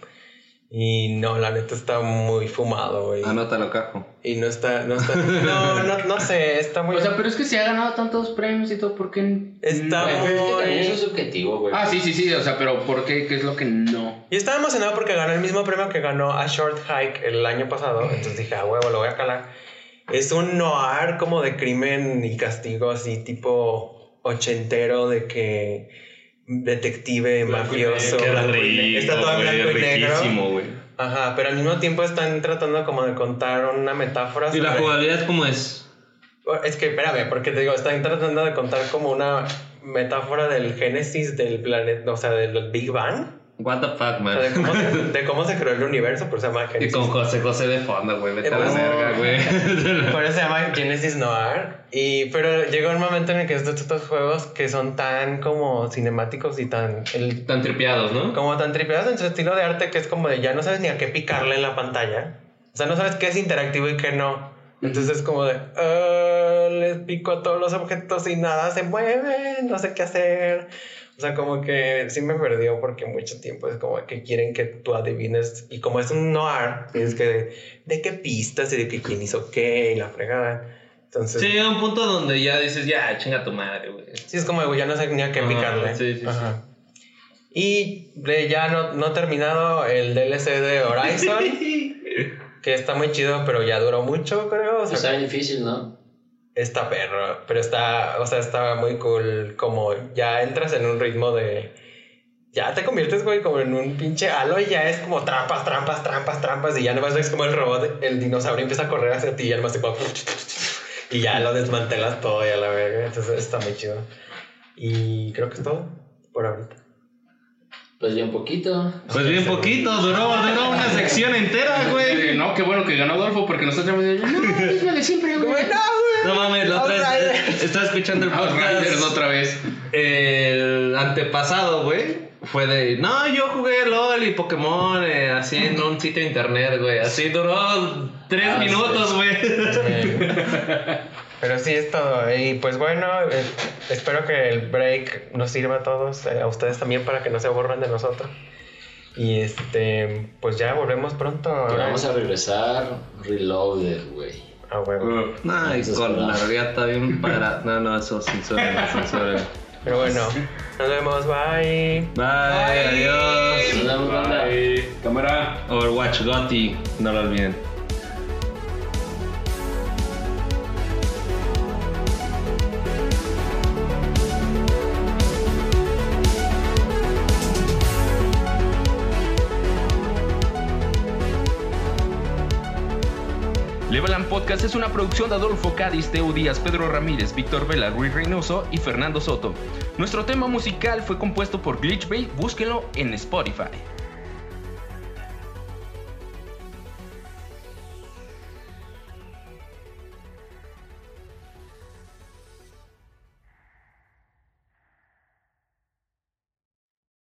S2: Y no, la neta está muy fumado, güey.
S4: Anótalo, Caco.
S2: Y no está, no está. No, no, no sé, está muy.
S5: O sea, pero es que se ha ganado tantos premios y todo, ¿por qué?
S2: Está
S3: Pero
S5: no?
S3: es que también eso es
S2: muy.
S3: subjetivo, güey.
S5: Ah, sí, sí, sí, o sea, pero ¿por qué? ¿Qué es lo que no?
S2: Yo estaba emocionado porque ganó el mismo premio que ganó a Short Hike el año pasado. Entonces dije, ah, huevo, lo voy a calar. Es un noir como de crimen y castigo, así tipo ochentero, de que detective,
S9: Blanco y negro.
S2: mafioso.
S4: Qué
S2: blanco y ne-
S4: rico,
S2: Está todo en
S4: güey,
S2: blanco y negro.
S4: riquísimo, güey.
S2: Ajá, pero al mismo tiempo están tratando como de contar una metáfora.
S4: ¿Y la
S2: sobre- Oh,
S4: jugabilidad cómo es?
S2: Es que espérame, porque te digo, están tratando de contar como una metáfora del génesis del planeta, o sea, del Big Bang.
S4: What the fuck,
S2: O
S4: man.
S2: sea, de cómo, se, de cómo se creó el universo, por eso se llama
S4: Y
S2: Génesis.
S4: con José José de fondo, güey. Vete a la
S2: No.
S4: verga, güey.
S2: Por eso se llama Genesis Noir. Y, pero llega un momento en el que estos, estos juegos que son tan como cinemáticos y tan... el-
S4: Están tripeados, ¿no?
S2: como tan tripeados en su estilo de arte que es como de ya no sabes ni a qué picarle en la pantalla. O sea, no sabes qué es interactivo y qué no. Entonces es como de... "Ah, les pico a todos los objetos y nada se mueve, no sé qué hacer. O sea, como que sí me perdió porque mucho tiempo es como que quieren que tú adivines. Y como es un noir, tienes que de qué pistas y de qué quién hizo qué y la fregada. Entonces,
S4: Sí,
S2: sí,
S4: llega un punto donde ya dices, ya, chinga tu madre, güey.
S2: es como de, ya no sé ni a qué
S4: Ajá,
S2: picarle.
S4: sí, sí, sí.
S2: Ajá. Y de ya no, no terminado el DLC de Horizon,
S4: Pues
S2: que está muy chido, pero ya duró mucho, creo. O sea,
S3: Está bien difícil, ¿no?
S2: está perro, pero está, o sea, está muy cool como ya entras en un ritmo de ya te conviertes güey como en un pinche halo y ya es como trampas, trampas, trampas, trampas y ya nomás ves como el robot, el dinosaurio empieza a correr hacia ti y ya nomás te va y ya lo desmantelas todo y a la verga, entonces está muy chido. Y creo que es todo por ahorita.
S3: Pues bien poquito.
S4: Pues bien poquito, duró, duró una sección entera, güey.
S5: Eh, No, qué bueno que ganó Adolfo porque nosotros ya no, es la de siempre, güey.
S4: No mames, la otra vez eh, estaba escuchando el
S5: Outriders
S4: podcast.
S5: otra vez.
S4: El antepasado, güey, fue de, no, yo jugué LOL y Pokémon eh, así en un sitio de internet, güey. Así duró tres
S3: Ah,
S4: minutos,
S3: sí.
S4: güey.
S2: Pero sí es todo y pues bueno, eh, espero que el break nos sirva a todos, eh, a ustedes también para que no se aburran de nosotros. Y este, pues ya volvemos pronto.
S3: Que vamos a regresar Reloaded, güey.
S2: Ah, huevo.
S4: Ay, con la regata bien para... No, no, eso censura, censura.
S2: Pero bueno, nos vemos, bye.
S4: Bye, adiós.
S3: Nos vemos, banda.
S9: Ay, cámara.
S4: Overwatch Gotti, no lo olviden.
S6: Leveland Podcast es una producción de Adolfo Cádiz, Teo Díaz, Pedro Ramírez, Víctor Vela, Ruiz Reynoso y Fernando Soto. Nuestro tema musical fue compuesto por Glitch Bay, búsquenlo en Spotify.